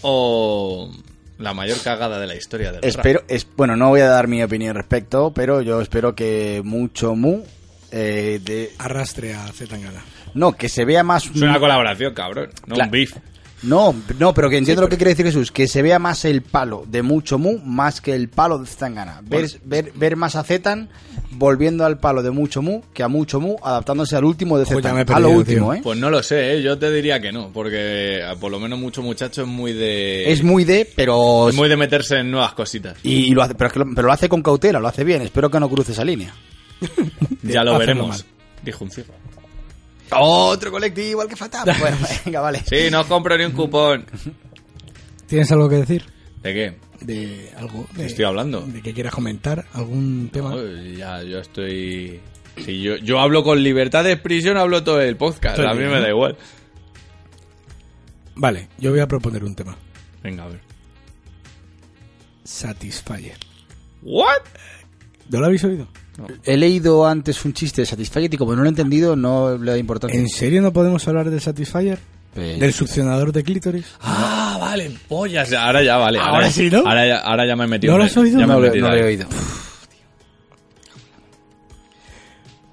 [SPEAKER 1] o la mayor cagada de la historia del rap.
[SPEAKER 5] Espero, es, bueno, no voy a dar mi opinión al respecto, pero yo espero que Mucho Mu. eh, de-
[SPEAKER 2] Arrastre a Zetangana.
[SPEAKER 5] no, que se vea más.
[SPEAKER 1] Es una colaboración, cabrón. No
[SPEAKER 5] Claro.
[SPEAKER 1] un beef.
[SPEAKER 2] ¿Eh?
[SPEAKER 5] No, no, pero que entiendo lo que quiere decir Jesús, que se vea más el palo de mucho mu más que el palo de Zetangana. Ver, ver, ver más a Zetan volviendo al palo de mucho mu que a mucho mu adaptándose al último de
[SPEAKER 2] Ojo, ya
[SPEAKER 5] Zetan.
[SPEAKER 2] me he
[SPEAKER 5] a lo
[SPEAKER 2] perdido,
[SPEAKER 5] último, ¿eh?
[SPEAKER 1] Pues no lo sé, ¿eh? yo te diría que no, porque ah, por lo menos mucho muchacho es muy de...
[SPEAKER 5] es muy de, pero...
[SPEAKER 1] es muy de meterse en nuevas cositas.
[SPEAKER 5] Y, y lo hace, pero, es que lo, pero lo hace con cautela, lo hace bien. Espero que no cruce esa línea.
[SPEAKER 1] Ya lo
[SPEAKER 2] hacerlo
[SPEAKER 1] veremos.
[SPEAKER 2] mal.
[SPEAKER 1] Dijo un ciervo.
[SPEAKER 5] Otro colectivo, al que [LAUGHS] fatal. Bueno, venga, vale.
[SPEAKER 1] Sí, no os compro ni un cupón.
[SPEAKER 2] ¿Tienes algo que decir?
[SPEAKER 1] ¿De qué?
[SPEAKER 2] de algo.
[SPEAKER 1] Te
[SPEAKER 2] De,
[SPEAKER 1] estoy hablando.
[SPEAKER 2] De que quieras comentar algún tema.
[SPEAKER 1] Uy, ya, yo estoy. Si yo, yo hablo con libertad de expresión, hablo todo el podcast.
[SPEAKER 2] Estoy
[SPEAKER 1] a mí
[SPEAKER 2] bien,
[SPEAKER 1] me
[SPEAKER 2] ¿no?
[SPEAKER 1] da igual.
[SPEAKER 2] Vale, yo voy a proponer un tema.
[SPEAKER 1] Venga, a ver.
[SPEAKER 2] Satisfyer.
[SPEAKER 1] ¿What?
[SPEAKER 2] ¿No lo habéis oído?
[SPEAKER 5] He leído antes un chiste de Satisfyer y como no lo he entendido, no le da importancia.
[SPEAKER 2] ¿En serio no podemos hablar del Satisfyer?
[SPEAKER 5] Pero-
[SPEAKER 2] ¿Del succionador de clítoris?
[SPEAKER 1] Eh. Ah, vale, pollas. Ahora ya, vale.
[SPEAKER 2] Ahora sí, ¿no?
[SPEAKER 1] Ahora ya, ahora ya me he metido.
[SPEAKER 2] ¿No lo
[SPEAKER 1] en
[SPEAKER 2] has
[SPEAKER 1] el-
[SPEAKER 2] oído?
[SPEAKER 1] ya me
[SPEAKER 5] no,
[SPEAKER 1] he
[SPEAKER 5] lo-
[SPEAKER 1] metido
[SPEAKER 5] no lo he
[SPEAKER 1] ahí.
[SPEAKER 5] oído.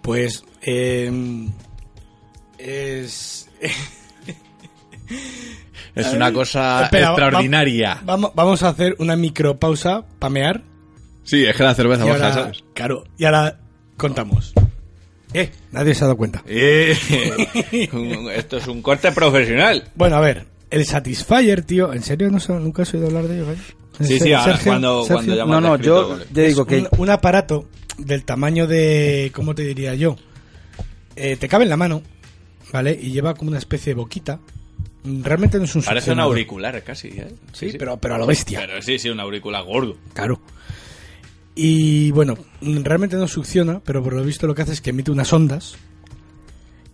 [SPEAKER 2] Pues eh, es eh,
[SPEAKER 1] Es una cosa
[SPEAKER 2] Espera, va-
[SPEAKER 1] Ah, extraordinaria.
[SPEAKER 2] vamos, vamos a hacer una micropausa pamear
[SPEAKER 1] Sí, es que la cerveza
[SPEAKER 2] y
[SPEAKER 1] baja,
[SPEAKER 2] ahora,
[SPEAKER 1] ¿sabes?
[SPEAKER 2] claro, y ahora contamos. Eh, nadie se ha dado cuenta.
[SPEAKER 1] Eh, esto es [LAUGHS] un corte profesional.
[SPEAKER 2] Bueno, a ver, el Satisfyer, tío, ¿en serio no, se- nunca has oído hablar de ello? eh? ¿En
[SPEAKER 1] Sí, sí,
[SPEAKER 2] serio,
[SPEAKER 1] ahora,
[SPEAKER 2] Sergio?
[SPEAKER 1] cuando-
[SPEAKER 2] Sergio.
[SPEAKER 1] cuando llamas
[SPEAKER 5] No, no,
[SPEAKER 1] descrito,
[SPEAKER 5] yo
[SPEAKER 1] vale.
[SPEAKER 5] te digo
[SPEAKER 2] Es
[SPEAKER 5] que
[SPEAKER 2] un, un aparato del tamaño de, ¿cómo te diría yo? Eh, te cabe en la mano, ¿vale? Y lleva como una especie de boquita. Mm, Realmente no es un
[SPEAKER 1] Parece un
[SPEAKER 2] succionador.
[SPEAKER 1] auricular casi, ¿eh?
[SPEAKER 2] Sí, pero, pero a lo bestia.
[SPEAKER 1] Pero sí, sí, un auricular gordo.
[SPEAKER 2] Claro. Y bueno, mm, realmente no succiona, pero por lo visto lo que hace es que emite unas ondas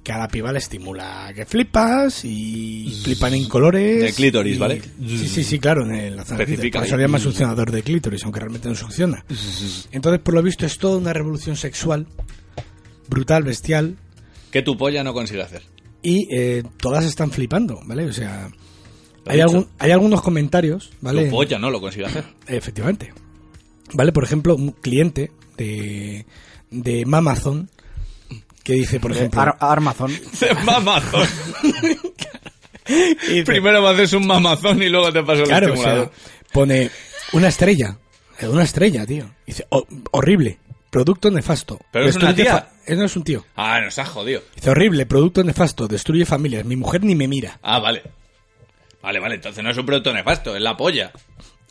[SPEAKER 2] que a la piba le estimula que flipas y flipan en colores.
[SPEAKER 1] De clítoris,
[SPEAKER 2] y-
[SPEAKER 1] ¿vale?
[SPEAKER 2] Sí, sí, sí, claro, en el- la zona clítoris.
[SPEAKER 1] Especifica
[SPEAKER 2] Por eso
[SPEAKER 1] ahí.
[SPEAKER 2] le llaman succionador de clítoris, aunque realmente no succiona. Entonces, por lo visto, es toda una revolución sexual, brutal, bestial,
[SPEAKER 1] Que tu polla no consigue hacer.
[SPEAKER 2] y eh, todas están flipando, ¿vale? O sea,
[SPEAKER 1] Lo
[SPEAKER 2] hay,
[SPEAKER 1] dicho.
[SPEAKER 2] algún- hay algunos comentarios, ¿vale?
[SPEAKER 1] Tu polla no lo consigue
[SPEAKER 2] [LAUGHS]
[SPEAKER 1] hacer.
[SPEAKER 2] Efectivamente. Vale, por ejemplo, un cliente de, de Mamazon que dice, por ejemplo,
[SPEAKER 5] Ar- Armazón.
[SPEAKER 1] Dice, [LAUGHS]
[SPEAKER 2] [LAUGHS]
[SPEAKER 1] mamazón.
[SPEAKER 2] dice,
[SPEAKER 1] Primero me haces un mamazón y luego te paso el
[SPEAKER 2] claro, o
[SPEAKER 1] estimulador.
[SPEAKER 2] sea, pone una estrella, eh, una estrella, tío. Dice, "Oh, horrible, producto nefasto.
[SPEAKER 1] Pero es una
[SPEAKER 2] Destruye
[SPEAKER 1] tía.
[SPEAKER 2] fa- eh, No es un tío.
[SPEAKER 1] Ah, nos has jodido.
[SPEAKER 2] Dice, horrible, producto nefasto, destruye familias. Mi mujer ni me mira.
[SPEAKER 1] Ah, vale. Vale, vale, entonces no es un producto nefasto, es la polla.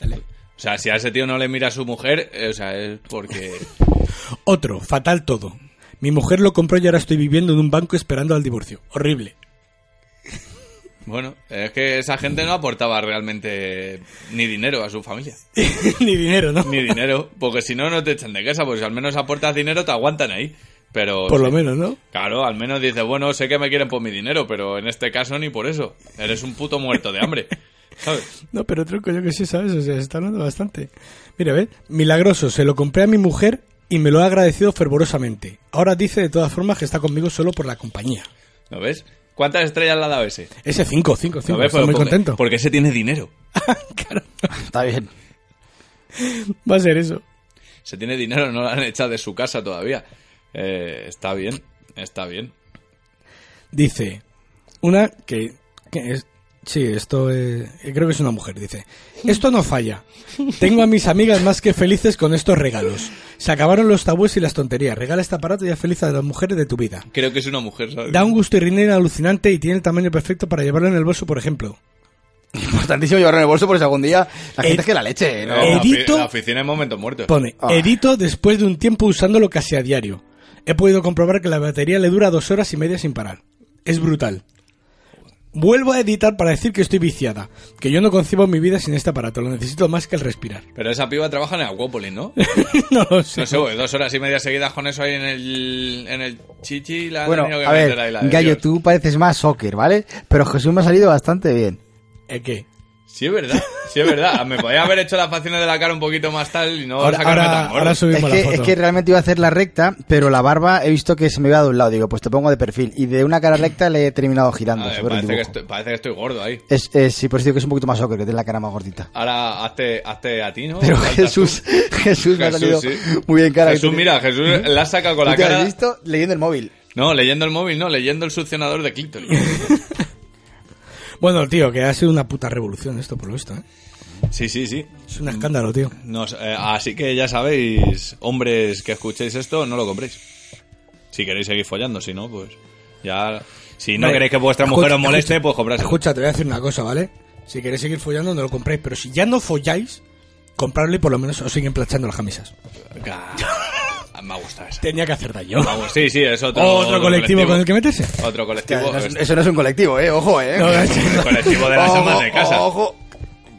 [SPEAKER 1] O sea, si a ese tío no le mira a su mujer, eh, o sea, es porque...
[SPEAKER 2] Otro, fatal todo. Mi mujer lo compró y ahora estoy viviendo en un banco esperando al divorcio. Horrible. [LAUGHS]
[SPEAKER 1] Bueno, es que esa gente no aportaba realmente ni dinero a su familia.
[SPEAKER 2] ni dinero, ¿no?
[SPEAKER 1] Ni dinero, porque si no, no te echan de casa, pues si al menos aportas dinero, te aguantan ahí. Pero...
[SPEAKER 2] Por lo
[SPEAKER 1] sí.
[SPEAKER 2] menos, ¿no?
[SPEAKER 1] Claro, al menos dices, bueno, sé que me quieren por mi dinero, pero en este caso ni por eso. Eres un puto muerto de
[SPEAKER 2] [LAUGHS]
[SPEAKER 1] hambre. ¿Sabes?
[SPEAKER 2] No, pero truco, yo que sé, ¿sabes? O sea, se está hablando bastante. Mira, ver, milagroso, se lo compré a mi mujer y me lo ha agradecido fervorosamente. Ahora dice de todas formas que está conmigo solo por la compañía.
[SPEAKER 1] ¿No ves? ¿Cuántas estrellas le ha dado ese?
[SPEAKER 2] Ese 5, 5,
[SPEAKER 1] ¿No
[SPEAKER 2] 5,
[SPEAKER 1] ves?
[SPEAKER 2] está
[SPEAKER 1] Pero
[SPEAKER 2] muy
[SPEAKER 1] porque-
[SPEAKER 2] contento.
[SPEAKER 1] Porque ese tiene dinero.
[SPEAKER 2] Claro,
[SPEAKER 5] Está bien. [LAUGHS]
[SPEAKER 2] va a ser eso.
[SPEAKER 1] Se tiene dinero, no lo han echado de su casa todavía. Eh, está bien, está bien.
[SPEAKER 2] Dice, una que, que es... Sí, esto es- eh, creo que es una mujer. Dice, esto no falla. Tengo a mis amigas más que felices con estos regalos. Se acabaron los tabúes y las tonterías. Regala este aparato y haz feliz a las mujeres de tu vida.
[SPEAKER 1] Creo que es una mujer, ¿sabes?
[SPEAKER 2] Da un gusto y rinera alucinante y tiene el tamaño perfecto para llevarlo en el bolso, por ejemplo.
[SPEAKER 5] Importantísimo llevarlo en el bolso por si algún día la gente es que la leche,
[SPEAKER 1] Eh,
[SPEAKER 5] ¿no?
[SPEAKER 1] la ofi-
[SPEAKER 2] Edito-
[SPEAKER 1] La oficina en momentos muertos.
[SPEAKER 2] Pone,
[SPEAKER 5] Ah.
[SPEAKER 2] edito después de un tiempo usándolo casi a diario. He podido comprobar que la batería le dura dos horas y media sin parar. Es brutal. Vuelvo a editar para decir que estoy viciada, que yo no concibo mi vida sin este aparato, lo necesito más que el respirar. [LAUGHS]
[SPEAKER 1] Pero esa piba trabaja en Acuópolis, ¿no?
[SPEAKER 2] no lo sé.
[SPEAKER 1] No sé,
[SPEAKER 5] [LAUGHS]
[SPEAKER 1] güey, dos horas y media seguidas con eso ahí en el, en el chichi. La han
[SPEAKER 5] Bueno,
[SPEAKER 1] tenido que
[SPEAKER 5] a ver,
[SPEAKER 1] meter ahí, la de
[SPEAKER 5] Gallo,
[SPEAKER 1] Dios.
[SPEAKER 5] tú pareces más soccer, ¿vale? Pero Jesús me ha salido bastante bien.
[SPEAKER 2] ¿Eh, qué?
[SPEAKER 1] Sí, es verdad, sí, es verdad. Ah, Me podía haber hecho las facciones de la cara un poquito más tal y no
[SPEAKER 2] ahora,
[SPEAKER 1] sacarme
[SPEAKER 2] ahora-
[SPEAKER 1] tan gordo.
[SPEAKER 2] ahora
[SPEAKER 5] Es
[SPEAKER 2] subimos
[SPEAKER 5] que,
[SPEAKER 2] la
[SPEAKER 5] es
[SPEAKER 2] foto.
[SPEAKER 5] que realmente iba a hacer la recta, pero la barba he visto que se me iba de un lado. Digo, pues te pongo de perfil. Y de una cara recta le he terminado girando.
[SPEAKER 1] A ver,
[SPEAKER 5] sobre el
[SPEAKER 1] parece, que
[SPEAKER 5] dibujo.
[SPEAKER 1] estoy, parece que estoy gordo ahí.
[SPEAKER 5] Es, es, sí, por eso digo que es un poquito más soccer, que tiene la cara más gordita.
[SPEAKER 1] Ahora hazte, hazte a ti, ¿no?
[SPEAKER 5] Pero
[SPEAKER 1] Salta
[SPEAKER 5] Jesús,
[SPEAKER 1] tú.
[SPEAKER 5] Jesús me ha salido
[SPEAKER 1] Jesús, sí.
[SPEAKER 5] muy bien cara. que
[SPEAKER 1] Jesús,
[SPEAKER 5] tiene.
[SPEAKER 1] mira, Jesús la has sacado con
[SPEAKER 5] ¿Tú
[SPEAKER 1] la
[SPEAKER 5] te has
[SPEAKER 1] cara.
[SPEAKER 5] visto leyendo el móvil?
[SPEAKER 1] No, leyendo el móvil, no, leyendo el succionador de clítoris.
[SPEAKER 2] Bueno, tío, que ha sido una puta revolución esto, por lo visto, ¿eh?
[SPEAKER 1] Sí, sí, sí.
[SPEAKER 2] Es un escándalo, tío.
[SPEAKER 1] Nos- eh, así que ya sabéis, hombres que escuchéis esto, no lo compréis. Si queréis seguir follando, si no, pues ya... Si no
[SPEAKER 2] Vale,
[SPEAKER 1] queréis que vuestra
[SPEAKER 2] escucha,
[SPEAKER 1] mujer os moleste,
[SPEAKER 2] escucha,
[SPEAKER 1] pues comprad.
[SPEAKER 2] Escucha, te voy a decir una cosa, ¿vale? Si queréis seguir follando, no lo compréis, pero si ya no folláis, compradlo y por lo menos os siguen planchando las camisas.
[SPEAKER 1] Ah, Me ha gustado
[SPEAKER 2] [LAUGHS]
[SPEAKER 1] esa.
[SPEAKER 2] Tenía que hacer daño.
[SPEAKER 1] Vamos, sí, sí, es otro,
[SPEAKER 2] Otro, colectivo, con el
[SPEAKER 1] [LAUGHS]
[SPEAKER 2] que meterse.
[SPEAKER 1] Otro
[SPEAKER 5] Que
[SPEAKER 1] colectivo.
[SPEAKER 5] no es- eso no es un colectivo, eh. Ojo, eh.
[SPEAKER 2] No, es- [LAUGHS]
[SPEAKER 1] El colectivo de las amas
[SPEAKER 5] Ojo,
[SPEAKER 1] de casa.
[SPEAKER 5] Ojo.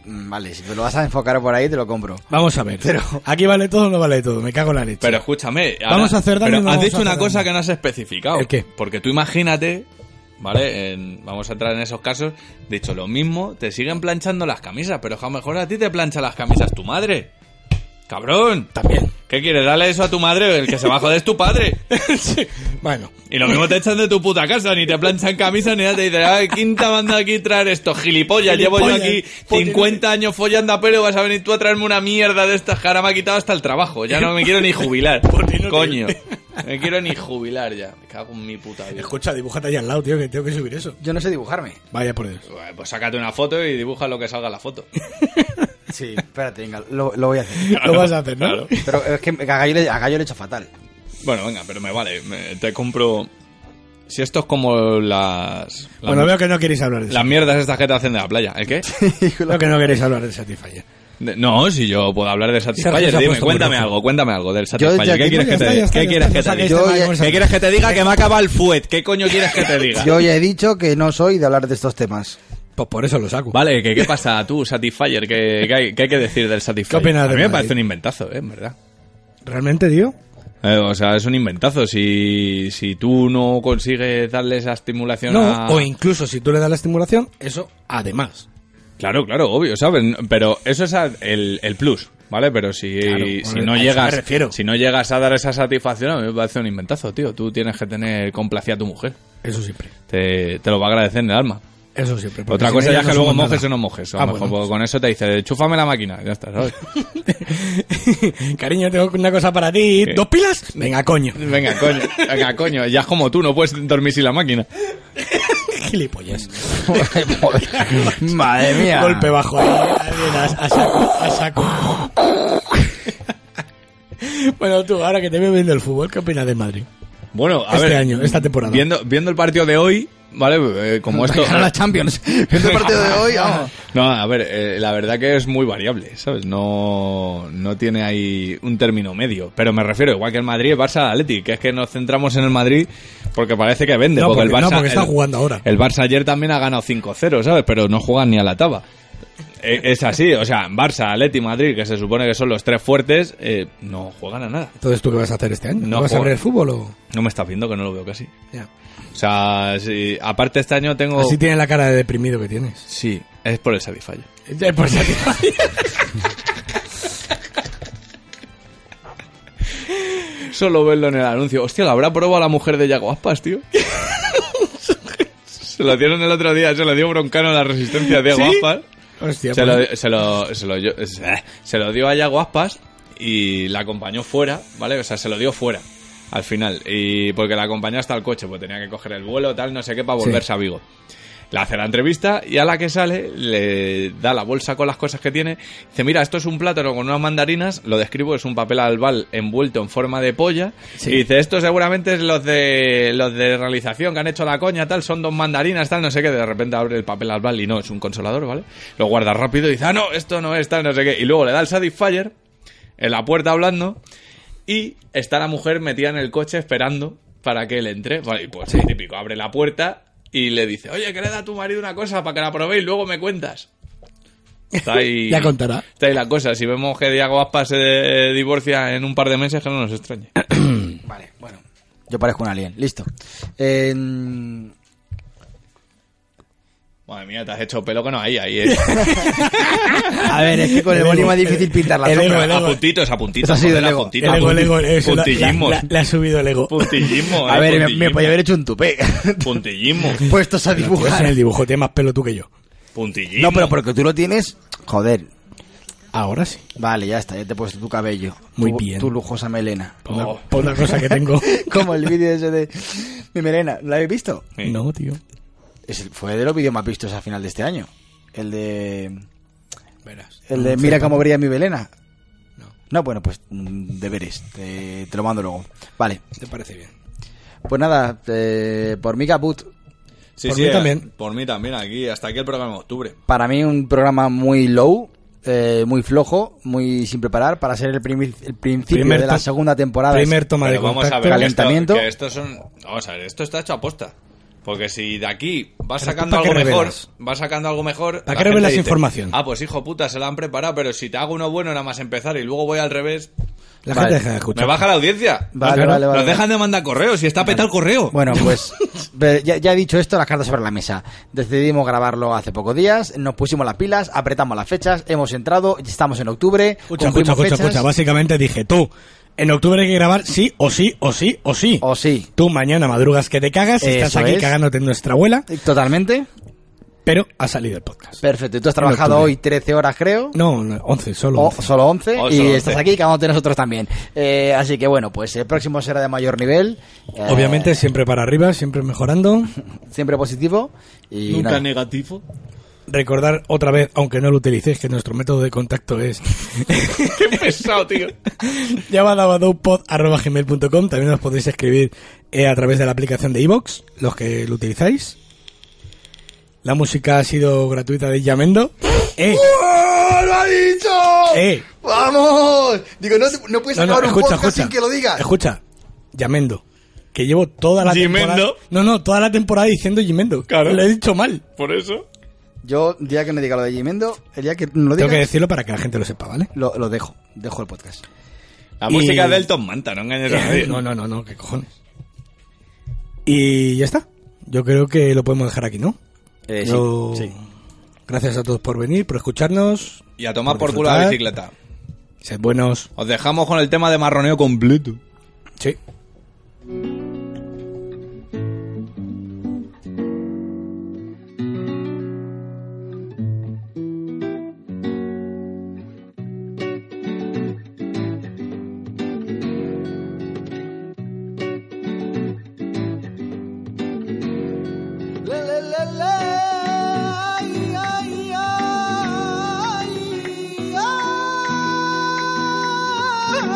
[SPEAKER 5] mm, vale, si te lo vas a enfocar por ahí, te lo compro.
[SPEAKER 2] Vamos a ver.
[SPEAKER 5] Pero-
[SPEAKER 2] Aquí vale todo o no vale todo. Me cago en la leche.
[SPEAKER 1] Pero escúchame,
[SPEAKER 2] Vamos a hacer daño,
[SPEAKER 1] Pero
[SPEAKER 2] no
[SPEAKER 1] has
[SPEAKER 2] vamos
[SPEAKER 1] dicho
[SPEAKER 2] a
[SPEAKER 1] una
[SPEAKER 2] hacer
[SPEAKER 1] cosa
[SPEAKER 2] daño.
[SPEAKER 1] que no has especificado.
[SPEAKER 2] ¿El qué?
[SPEAKER 1] Porque tú imagínate, ¿vale? En- vamos a entrar en esos casos. De hecho, lo mismo, te siguen planchando las camisas, pero a lo mejor a ti te plancha las camisas tu madre. Cabrón.
[SPEAKER 2] También.
[SPEAKER 1] ¿Qué quieres? Dale eso a tu madre, el que se va a joder es tu
[SPEAKER 2] [LAUGHS]
[SPEAKER 1] padre.
[SPEAKER 2] Sí. Bueno,
[SPEAKER 1] Y lo mismo te echan de tu puta casa, ni te planchan camisas ni nada, te dicen, ay, quinta manda aquí traer esto, gilipollas, llevo yo aquí
[SPEAKER 2] Gilipollas, ponte-
[SPEAKER 1] 50 años follando a pelo, vas a venir tú a traerme una mierda de estas que ahora me ha quitado hasta el trabajo, ya no me quiero ni
[SPEAKER 2] [LAUGHS]
[SPEAKER 1] jubilar,
[SPEAKER 2] Pues no te-
[SPEAKER 1] coño, me quiero ni jubilar ya, me cago en mi puta vida.
[SPEAKER 2] escucha, dibújate ahí al lado, tío, que tengo que subir eso.
[SPEAKER 5] Yo no sé dibujarme.
[SPEAKER 2] Vaya por Dios.
[SPEAKER 1] Bueno, Pues sácate una foto y dibuja lo que salga en la foto. [LAUGHS]
[SPEAKER 5] Sí, espérate, venga, lo, lo voy a hacer.
[SPEAKER 2] Lo vas a hacer, ¿no?
[SPEAKER 1] [LAUGHS] Claro.
[SPEAKER 5] Pero es que a Gallo le, a Gallo le he hecho fatal.
[SPEAKER 1] Bueno, venga, pero me vale, me- te compro... Si esto es como las... las-
[SPEAKER 2] Bueno, veo que no queréis hablar de eso.
[SPEAKER 1] las mierdas estas que te hacen de la playa, ¿el qué?
[SPEAKER 2] [LAUGHS] Veo que no queréis hablar de Satisfyer.
[SPEAKER 1] De- No, si yo puedo hablar de
[SPEAKER 2] Sergio
[SPEAKER 1] Satisfyer,
[SPEAKER 2] se ha
[SPEAKER 1] dime,
[SPEAKER 2] puesto
[SPEAKER 1] cuéntame
[SPEAKER 2] muy rojo.
[SPEAKER 1] algo, cuéntame algo del
[SPEAKER 5] ya
[SPEAKER 1] Satisfyer. ¿Qué
[SPEAKER 5] aquí-
[SPEAKER 1] quieres
[SPEAKER 2] Ya
[SPEAKER 1] que te
[SPEAKER 2] está, ya
[SPEAKER 1] diga?
[SPEAKER 2] está,
[SPEAKER 1] ¿Qué
[SPEAKER 2] ya
[SPEAKER 1] quieres
[SPEAKER 2] está,
[SPEAKER 1] que
[SPEAKER 2] no
[SPEAKER 1] te
[SPEAKER 2] saquéis
[SPEAKER 1] diga?
[SPEAKER 5] Yo
[SPEAKER 2] tema de
[SPEAKER 5] ya-
[SPEAKER 1] ¿Qué
[SPEAKER 2] conversación.
[SPEAKER 1] quieres que te
[SPEAKER 2] [LAUGHS]
[SPEAKER 1] diga que me acaba el fuet? ¿Qué coño quieres que te diga?
[SPEAKER 5] Yo ya he dicho que no soy de hablar de
[SPEAKER 1] [LAUGHS]
[SPEAKER 5] estos temas.
[SPEAKER 2] Pues por eso lo saco.
[SPEAKER 1] Vale, ¿qué, qué pasa tú, Satisfyer? ¿Qué, qué hay, qué hay que decir del Satisfyer?
[SPEAKER 2] ¿Qué
[SPEAKER 1] A
[SPEAKER 2] opinas
[SPEAKER 1] mí
[SPEAKER 2] de
[SPEAKER 1] me
[SPEAKER 2] Madrid?
[SPEAKER 1] parece un inventazo, ¿eh? En verdad.
[SPEAKER 2] ¿Realmente, tío?
[SPEAKER 1] Eh, o sea, es un inventazo. Si, si tú no consigues darle esa estimulación
[SPEAKER 2] No,
[SPEAKER 1] a...
[SPEAKER 2] o incluso si tú le das la estimulación, eso además.
[SPEAKER 1] Claro, claro, obvio, ¿sabes? Pero eso es a- el, el plus, ¿vale? Pero si,
[SPEAKER 2] Claro,
[SPEAKER 1] si
[SPEAKER 2] bueno,
[SPEAKER 1] no
[SPEAKER 2] a eso
[SPEAKER 1] llegas
[SPEAKER 2] me refiero.
[SPEAKER 1] si no llegas a dar esa satisfacción, a mí me parece un inventazo, tío. Tú tienes que tener complacida a tu mujer.
[SPEAKER 2] Eso siempre.
[SPEAKER 1] Te, te lo va a agradecer en el alma.
[SPEAKER 2] Eso siempre. porque
[SPEAKER 1] Otra
[SPEAKER 2] sin
[SPEAKER 1] cosa
[SPEAKER 2] ella
[SPEAKER 1] ya es que
[SPEAKER 2] no
[SPEAKER 1] luego
[SPEAKER 2] somos
[SPEAKER 1] mojes o
[SPEAKER 2] nada.
[SPEAKER 1] no mojes. A
[SPEAKER 2] Ah,
[SPEAKER 1] lo mejor
[SPEAKER 2] bueno.
[SPEAKER 1] con eso te dice, chúfame la máquina, ya está, ¿sabes?
[SPEAKER 2] [LAUGHS] Cariño, tengo una cosa para ti.
[SPEAKER 1] ¿Qué?
[SPEAKER 2] ¿Dos pilas? Venga,
[SPEAKER 1] [LAUGHS]
[SPEAKER 2] coño. [LAUGHS]
[SPEAKER 1] venga, coño, venga, coño. Ya es como tú, no puedes dormir sin la máquina.
[SPEAKER 2] Gilipollas.
[SPEAKER 5] Madre mía.
[SPEAKER 2] Golpe bajo ahí. Alguien a, a saco, [LAUGHS] a saco. bueno, tú, ahora que te veo viendo el fútbol, ¿qué opinas de Madrid?
[SPEAKER 1] Bueno, a
[SPEAKER 2] Este
[SPEAKER 1] ver.
[SPEAKER 2] año, esta temporada.
[SPEAKER 1] Viendo, viendo el partido de hoy, ¿vale? Eh, como esto.
[SPEAKER 5] Gana
[SPEAKER 1] [LAUGHS]
[SPEAKER 5] la Champions. Viendo el partido de hoy, vamos.
[SPEAKER 1] No, a ver, eh, la verdad que es muy variable, ¿sabes? No, no tiene ahí un término medio. Pero me refiero, igual que el Madrid, el Barça, el Atleti, que es que nos centramos en el Madrid porque parece que vende.
[SPEAKER 2] No,
[SPEAKER 1] porque,
[SPEAKER 2] porque-
[SPEAKER 1] el Barça,
[SPEAKER 2] no, porque está
[SPEAKER 1] el-
[SPEAKER 2] jugando ahora.
[SPEAKER 1] El Barça ayer también ha ganado 5-0, ¿sabes? Pero no juegan ni a la taba. Eh, Es así, o sea, Barça, Atleti, Madrid, que se supone que son los tres fuertes, eh, no juegan a nada.
[SPEAKER 2] Entonces, ¿tú qué vas a hacer este año?
[SPEAKER 1] No,
[SPEAKER 2] ¿No vas a
[SPEAKER 1] joder.
[SPEAKER 2] ver el fútbol o...?
[SPEAKER 1] No me estás viendo que no lo veo casi.
[SPEAKER 2] Ya.
[SPEAKER 1] O sea, sí, aparte este año tengo...
[SPEAKER 2] Así tiene la cara de deprimido que tienes.
[SPEAKER 1] Sí, es por el Satisfyer.
[SPEAKER 2] Ya, pues,
[SPEAKER 1] Solo verlo en el anuncio. Hostia, ¿la habrá probado la mujer de Yago Aspas, tío? [LAUGHS] se lo dieron el otro día, se lo dio Broncano a la resistencia de Yago Aspas.
[SPEAKER 2] [LAUGHS] Hostia,
[SPEAKER 1] Se
[SPEAKER 2] pues-
[SPEAKER 1] lo, se, lo, se, lo, yo- eh, se lo dio a Yago Aspas y la acompañó fuera, ¿vale? O sea, se lo dio fuera al final. Y porque la acompañó hasta el coche, pues tenía que coger el vuelo, tal, no sé qué, para
[SPEAKER 2] Sí.
[SPEAKER 1] volverse a Vigo. Le hace la entrevista y a la que sale le da la bolsa con las cosas que tiene. Dice, mira, esto es un plátano con unas mandarinas, lo describo, es un papel albal envuelto en forma de polla.
[SPEAKER 2] Sí.
[SPEAKER 1] Y dice, esto seguramente es los de los de realización que han hecho la coña, tal, son dos mandarinas, tal, no sé qué. De repente abre el papel albal y no, es un consolador, ¿vale? Lo guarda rápido y dice, ah, no, esto no es, tal, no sé qué. Y luego le da el Satisfyer en la puerta hablando y está la mujer metida en el coche esperando para que él entre. Vale, y pues el típico, abre la puerta y le dice, oye, que le da a tu marido una cosa para que la probéis, luego me cuentas. Está
[SPEAKER 5] [LAUGHS]
[SPEAKER 1] ahí,
[SPEAKER 2] Ya contará.
[SPEAKER 1] Está ahí la cosa. Si vemos que Diego Aspas se divorcia en un par de meses, que no nos extrañe.
[SPEAKER 5] Vale, bueno. Yo parezco un alien. Listo. Eh,
[SPEAKER 1] [LAUGHS] Madre mía, te has hecho pelo que no hay
[SPEAKER 5] [LAUGHS]
[SPEAKER 1] ahí. eh.
[SPEAKER 5] a ver, es que con el boli es más difícil pintar la
[SPEAKER 2] El ego,
[SPEAKER 5] sombra.
[SPEAKER 2] el
[SPEAKER 1] a puntitos, a puntitos.
[SPEAKER 5] Eso ha sido
[SPEAKER 1] joder, a
[SPEAKER 5] el ego.
[SPEAKER 1] puntitos,
[SPEAKER 2] El
[SPEAKER 1] a
[SPEAKER 2] ego, el
[SPEAKER 1] punti-
[SPEAKER 2] ego, eso, la-
[SPEAKER 1] puntillismo.
[SPEAKER 2] la- Le ha subido el ego.
[SPEAKER 1] Puntillismo,
[SPEAKER 5] A
[SPEAKER 1] eh,
[SPEAKER 5] ver, me,
[SPEAKER 1] puntillismo.
[SPEAKER 5] me podía haber hecho un tupé.
[SPEAKER 1] Puntillismo,
[SPEAKER 5] [LAUGHS] Puestos a
[SPEAKER 2] Tío, ese Pues en
[SPEAKER 5] dibujar.
[SPEAKER 2] el dibujo tiene más pelo tú que yo.
[SPEAKER 1] puntillismo.
[SPEAKER 5] No, pero porque tú lo tienes. Joder.
[SPEAKER 2] Ahora sí.
[SPEAKER 5] Vale, ya está, ya te he puesto tu cabello.
[SPEAKER 2] Muy
[SPEAKER 5] tu,
[SPEAKER 2] bien.
[SPEAKER 5] Tu lujosa melena.
[SPEAKER 2] Por, una-
[SPEAKER 1] Oh.
[SPEAKER 2] por una cosa
[SPEAKER 1] [LAUGHS]
[SPEAKER 2] que tengo.
[SPEAKER 5] [LAUGHS] Como el vídeo ese de mi melena. ¿Lo habéis visto?
[SPEAKER 1] Sí.
[SPEAKER 2] No, tío.
[SPEAKER 5] Es el- fue de los vídeos más vistos a final de este año. El de.
[SPEAKER 2] Verás.
[SPEAKER 5] El de Mira cómo brilla mi melena. No, bueno, pues mm, deberes. Te, te lo mando luego. Vale.
[SPEAKER 2] Te parece bien.
[SPEAKER 5] Pues nada, eh, por mi caput.
[SPEAKER 1] Sí,
[SPEAKER 2] Por
[SPEAKER 1] sí,
[SPEAKER 2] mí
[SPEAKER 1] eh,
[SPEAKER 2] también.
[SPEAKER 1] Por mí también, aquí, hasta aquí el programa de octubre.
[SPEAKER 5] Para mí un programa muy low, eh, muy flojo, muy sin preparar para ser el, primi- el principio
[SPEAKER 2] Primer
[SPEAKER 5] de la
[SPEAKER 2] to-
[SPEAKER 5] segunda temporada.
[SPEAKER 2] Primer toma
[SPEAKER 1] Pero
[SPEAKER 2] de
[SPEAKER 1] vamos
[SPEAKER 2] contacto.
[SPEAKER 1] a ver, que esto-
[SPEAKER 5] calentamiento.
[SPEAKER 1] que esto, son, vamos a ver, esto está hecho a posta. Porque si de aquí vas
[SPEAKER 2] Pero
[SPEAKER 1] sacando
[SPEAKER 2] ¿tú pa'
[SPEAKER 1] algo
[SPEAKER 2] qué
[SPEAKER 1] mejor,
[SPEAKER 2] revelas?
[SPEAKER 1] vas sacando algo mejor.
[SPEAKER 2] ¿Pa
[SPEAKER 1] la
[SPEAKER 2] qué
[SPEAKER 1] gente
[SPEAKER 2] revelas información?
[SPEAKER 1] Ah, pues hijo puta, se la han preparado, pero si te hago uno bueno nada más empezar y luego voy al revés,
[SPEAKER 2] La
[SPEAKER 5] Vale.
[SPEAKER 2] gente deja de escuchar.
[SPEAKER 1] me baja la audiencia.
[SPEAKER 5] Vale, vale, vale.
[SPEAKER 1] Nos dejan de mandar correos y está petado el correo.
[SPEAKER 5] Bueno,
[SPEAKER 2] [LAUGHS]
[SPEAKER 5] pues ve- ya, ya he dicho esto, las cartas sobre la mesa. Decidimos grabarlo hace pocos días, nos pusimos las pilas, apretamos las fechas, hemos entrado, estamos en octubre.
[SPEAKER 2] Escucha, escucha,
[SPEAKER 5] cumplimos
[SPEAKER 2] escucha,
[SPEAKER 5] fechas.
[SPEAKER 2] escucha. Básicamente dije, tú, en octubre hay que grabar sí o sí o sí o sí.
[SPEAKER 5] O Oh, sí,
[SPEAKER 2] Tú mañana madrugas que te cagas, estás
[SPEAKER 5] Eso
[SPEAKER 2] aquí
[SPEAKER 5] es.
[SPEAKER 2] cagándote en nuestra abuela,
[SPEAKER 5] totalmente.
[SPEAKER 2] pero ha salido el podcast.
[SPEAKER 5] Perfecto. Y tú has trabajado
[SPEAKER 2] octubre.
[SPEAKER 5] hoy 13 horas, creo.
[SPEAKER 2] No, no, 11, solo.
[SPEAKER 5] O
[SPEAKER 2] 11.
[SPEAKER 5] solo 11
[SPEAKER 1] O
[SPEAKER 5] y
[SPEAKER 1] solo 11.
[SPEAKER 5] estás aquí cagándote nosotros también. Eh, así que bueno, pues el próximo será de mayor nivel. eh,
[SPEAKER 2] Obviamente siempre para arriba, siempre mejorando.
[SPEAKER 5] Siempre positivo. Y
[SPEAKER 1] Nunca
[SPEAKER 5] nada.
[SPEAKER 1] negativo.
[SPEAKER 2] Recordar otra vez, aunque no lo utilicéis, que nuestro método de contacto
[SPEAKER 1] [LAUGHS]
[SPEAKER 2] es [LAUGHS]
[SPEAKER 1] Qué pesado, tío.
[SPEAKER 2] llamadabadopod.com. También nos podéis escribir eh, a través de la aplicación de iVoox, los que lo utilizáis. La música ha sido gratuita de Yamendo. ¡Eh!
[SPEAKER 5] ¡Lo ha dicho!
[SPEAKER 2] ¡Eh!
[SPEAKER 5] ¡Vamos! Digo, no, no puedes
[SPEAKER 2] No, no,
[SPEAKER 5] acabar un
[SPEAKER 2] escucha,
[SPEAKER 5] podcast
[SPEAKER 2] escucha.
[SPEAKER 5] sin que lo digas.
[SPEAKER 2] Escucha, Yamendo. Que llevo toda la
[SPEAKER 1] ¿Yimendo?
[SPEAKER 2] temporada. No, no, toda la temporada diciendo Yimendo.
[SPEAKER 1] Claro.
[SPEAKER 2] Lo he dicho mal.
[SPEAKER 1] Por eso.
[SPEAKER 5] Yo, el día que no diga lo de Jimendo, el día que no lo diga,
[SPEAKER 2] Tengo que decirlo para que la gente lo sepa, ¿vale?
[SPEAKER 5] lo, lo dejo. Dejo el podcast.
[SPEAKER 1] La
[SPEAKER 2] Y-
[SPEAKER 1] música de Elton Manta, no engañes a nadie.
[SPEAKER 2] ¿Eh? [LAUGHS] No, no, no, no, qué cojones. Y ya está. Yo creo que lo podemos dejar aquí, ¿no?
[SPEAKER 5] Eh,
[SPEAKER 2] Yo-
[SPEAKER 5] sí, sí.
[SPEAKER 2] Gracias a todos por venir, por escucharnos.
[SPEAKER 1] Y a tomar
[SPEAKER 2] Por
[SPEAKER 1] por culo la bicicleta.
[SPEAKER 2] disfrutar. Sed buenos.
[SPEAKER 1] Os dejamos con el tema de marroneo completo.
[SPEAKER 2] Sí.
[SPEAKER 6] Le, le, le, le. Ay, ay, Ah, ay, ay.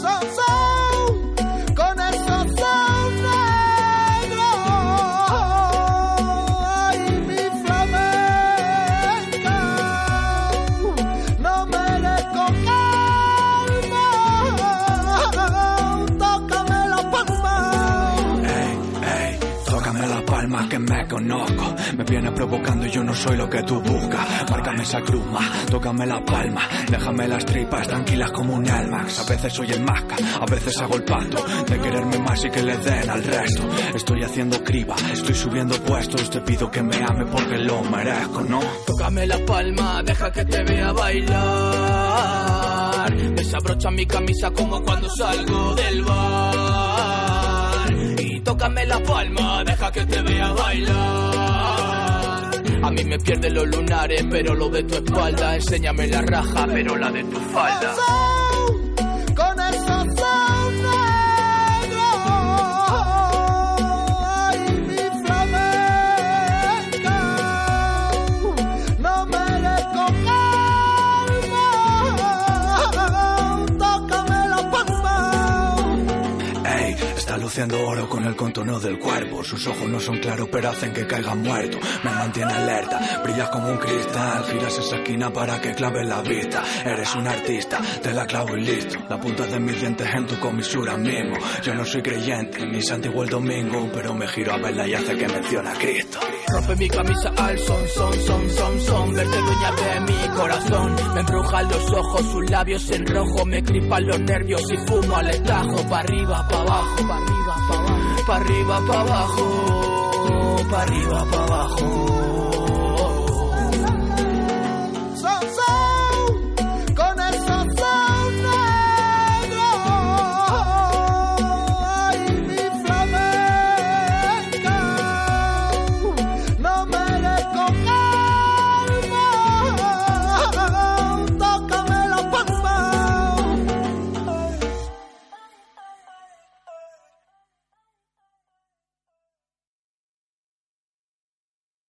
[SPEAKER 6] Son, son, con esos son negros. Ay, mi flamenco, no merezco calma. Tócame la palma.
[SPEAKER 7] Ey, ey, tócame las palmas que me conozco. Me viene provocando y yo no soy lo que tú buscas. Márcame esa cruma, tócame las palmas. Déjame las tripas tranquilas como un almax. A veces soy el masca, a veces hago el pato. De quererme más y que le den al resto. Estoy haciendo criba, estoy subiendo puestos. Te pido que me ame porque lo merezco, ¿no?
[SPEAKER 9] Tócame la palma, deja que te vea bailar. Desabrocha mi camisa como cuando salgo del bar. Y tócame la palma, deja que te vea bailar. A mí me pierden los lunares, pero lo de tu espalda. Enséñame la raja, pero la de tu falda.
[SPEAKER 6] Son, con esos son negros. Ay, mi flamenco, no merezco calma. Tócame la palma.
[SPEAKER 7] Ey, está luciendo oro con el contorno del cuerpo. Sus ojos no son claros, pero hacen que caiga muerto. Me mantiene alerta, brillas como un cristal. Giras esa esquina para que clave la vista. Eres un artista, te la clavo y listo. La punta de mis dientes en tu comisura mismo. Yo no soy creyente, ni santiguo el domingo, pero me giro a verla y hace que menciona a Cristo.
[SPEAKER 9] Rompe mi camisa al son, son, son, son, son. Verte dueña de mi corazón. Me embrujan los ojos, sus labios en rojo. Me cripan los nervios y fumo al estajo. Pa' arriba, pa' abajo, pa' arriba, pa' abajo. Pa' arriba, pa' abajo. Pa' arriba, pa' abajo.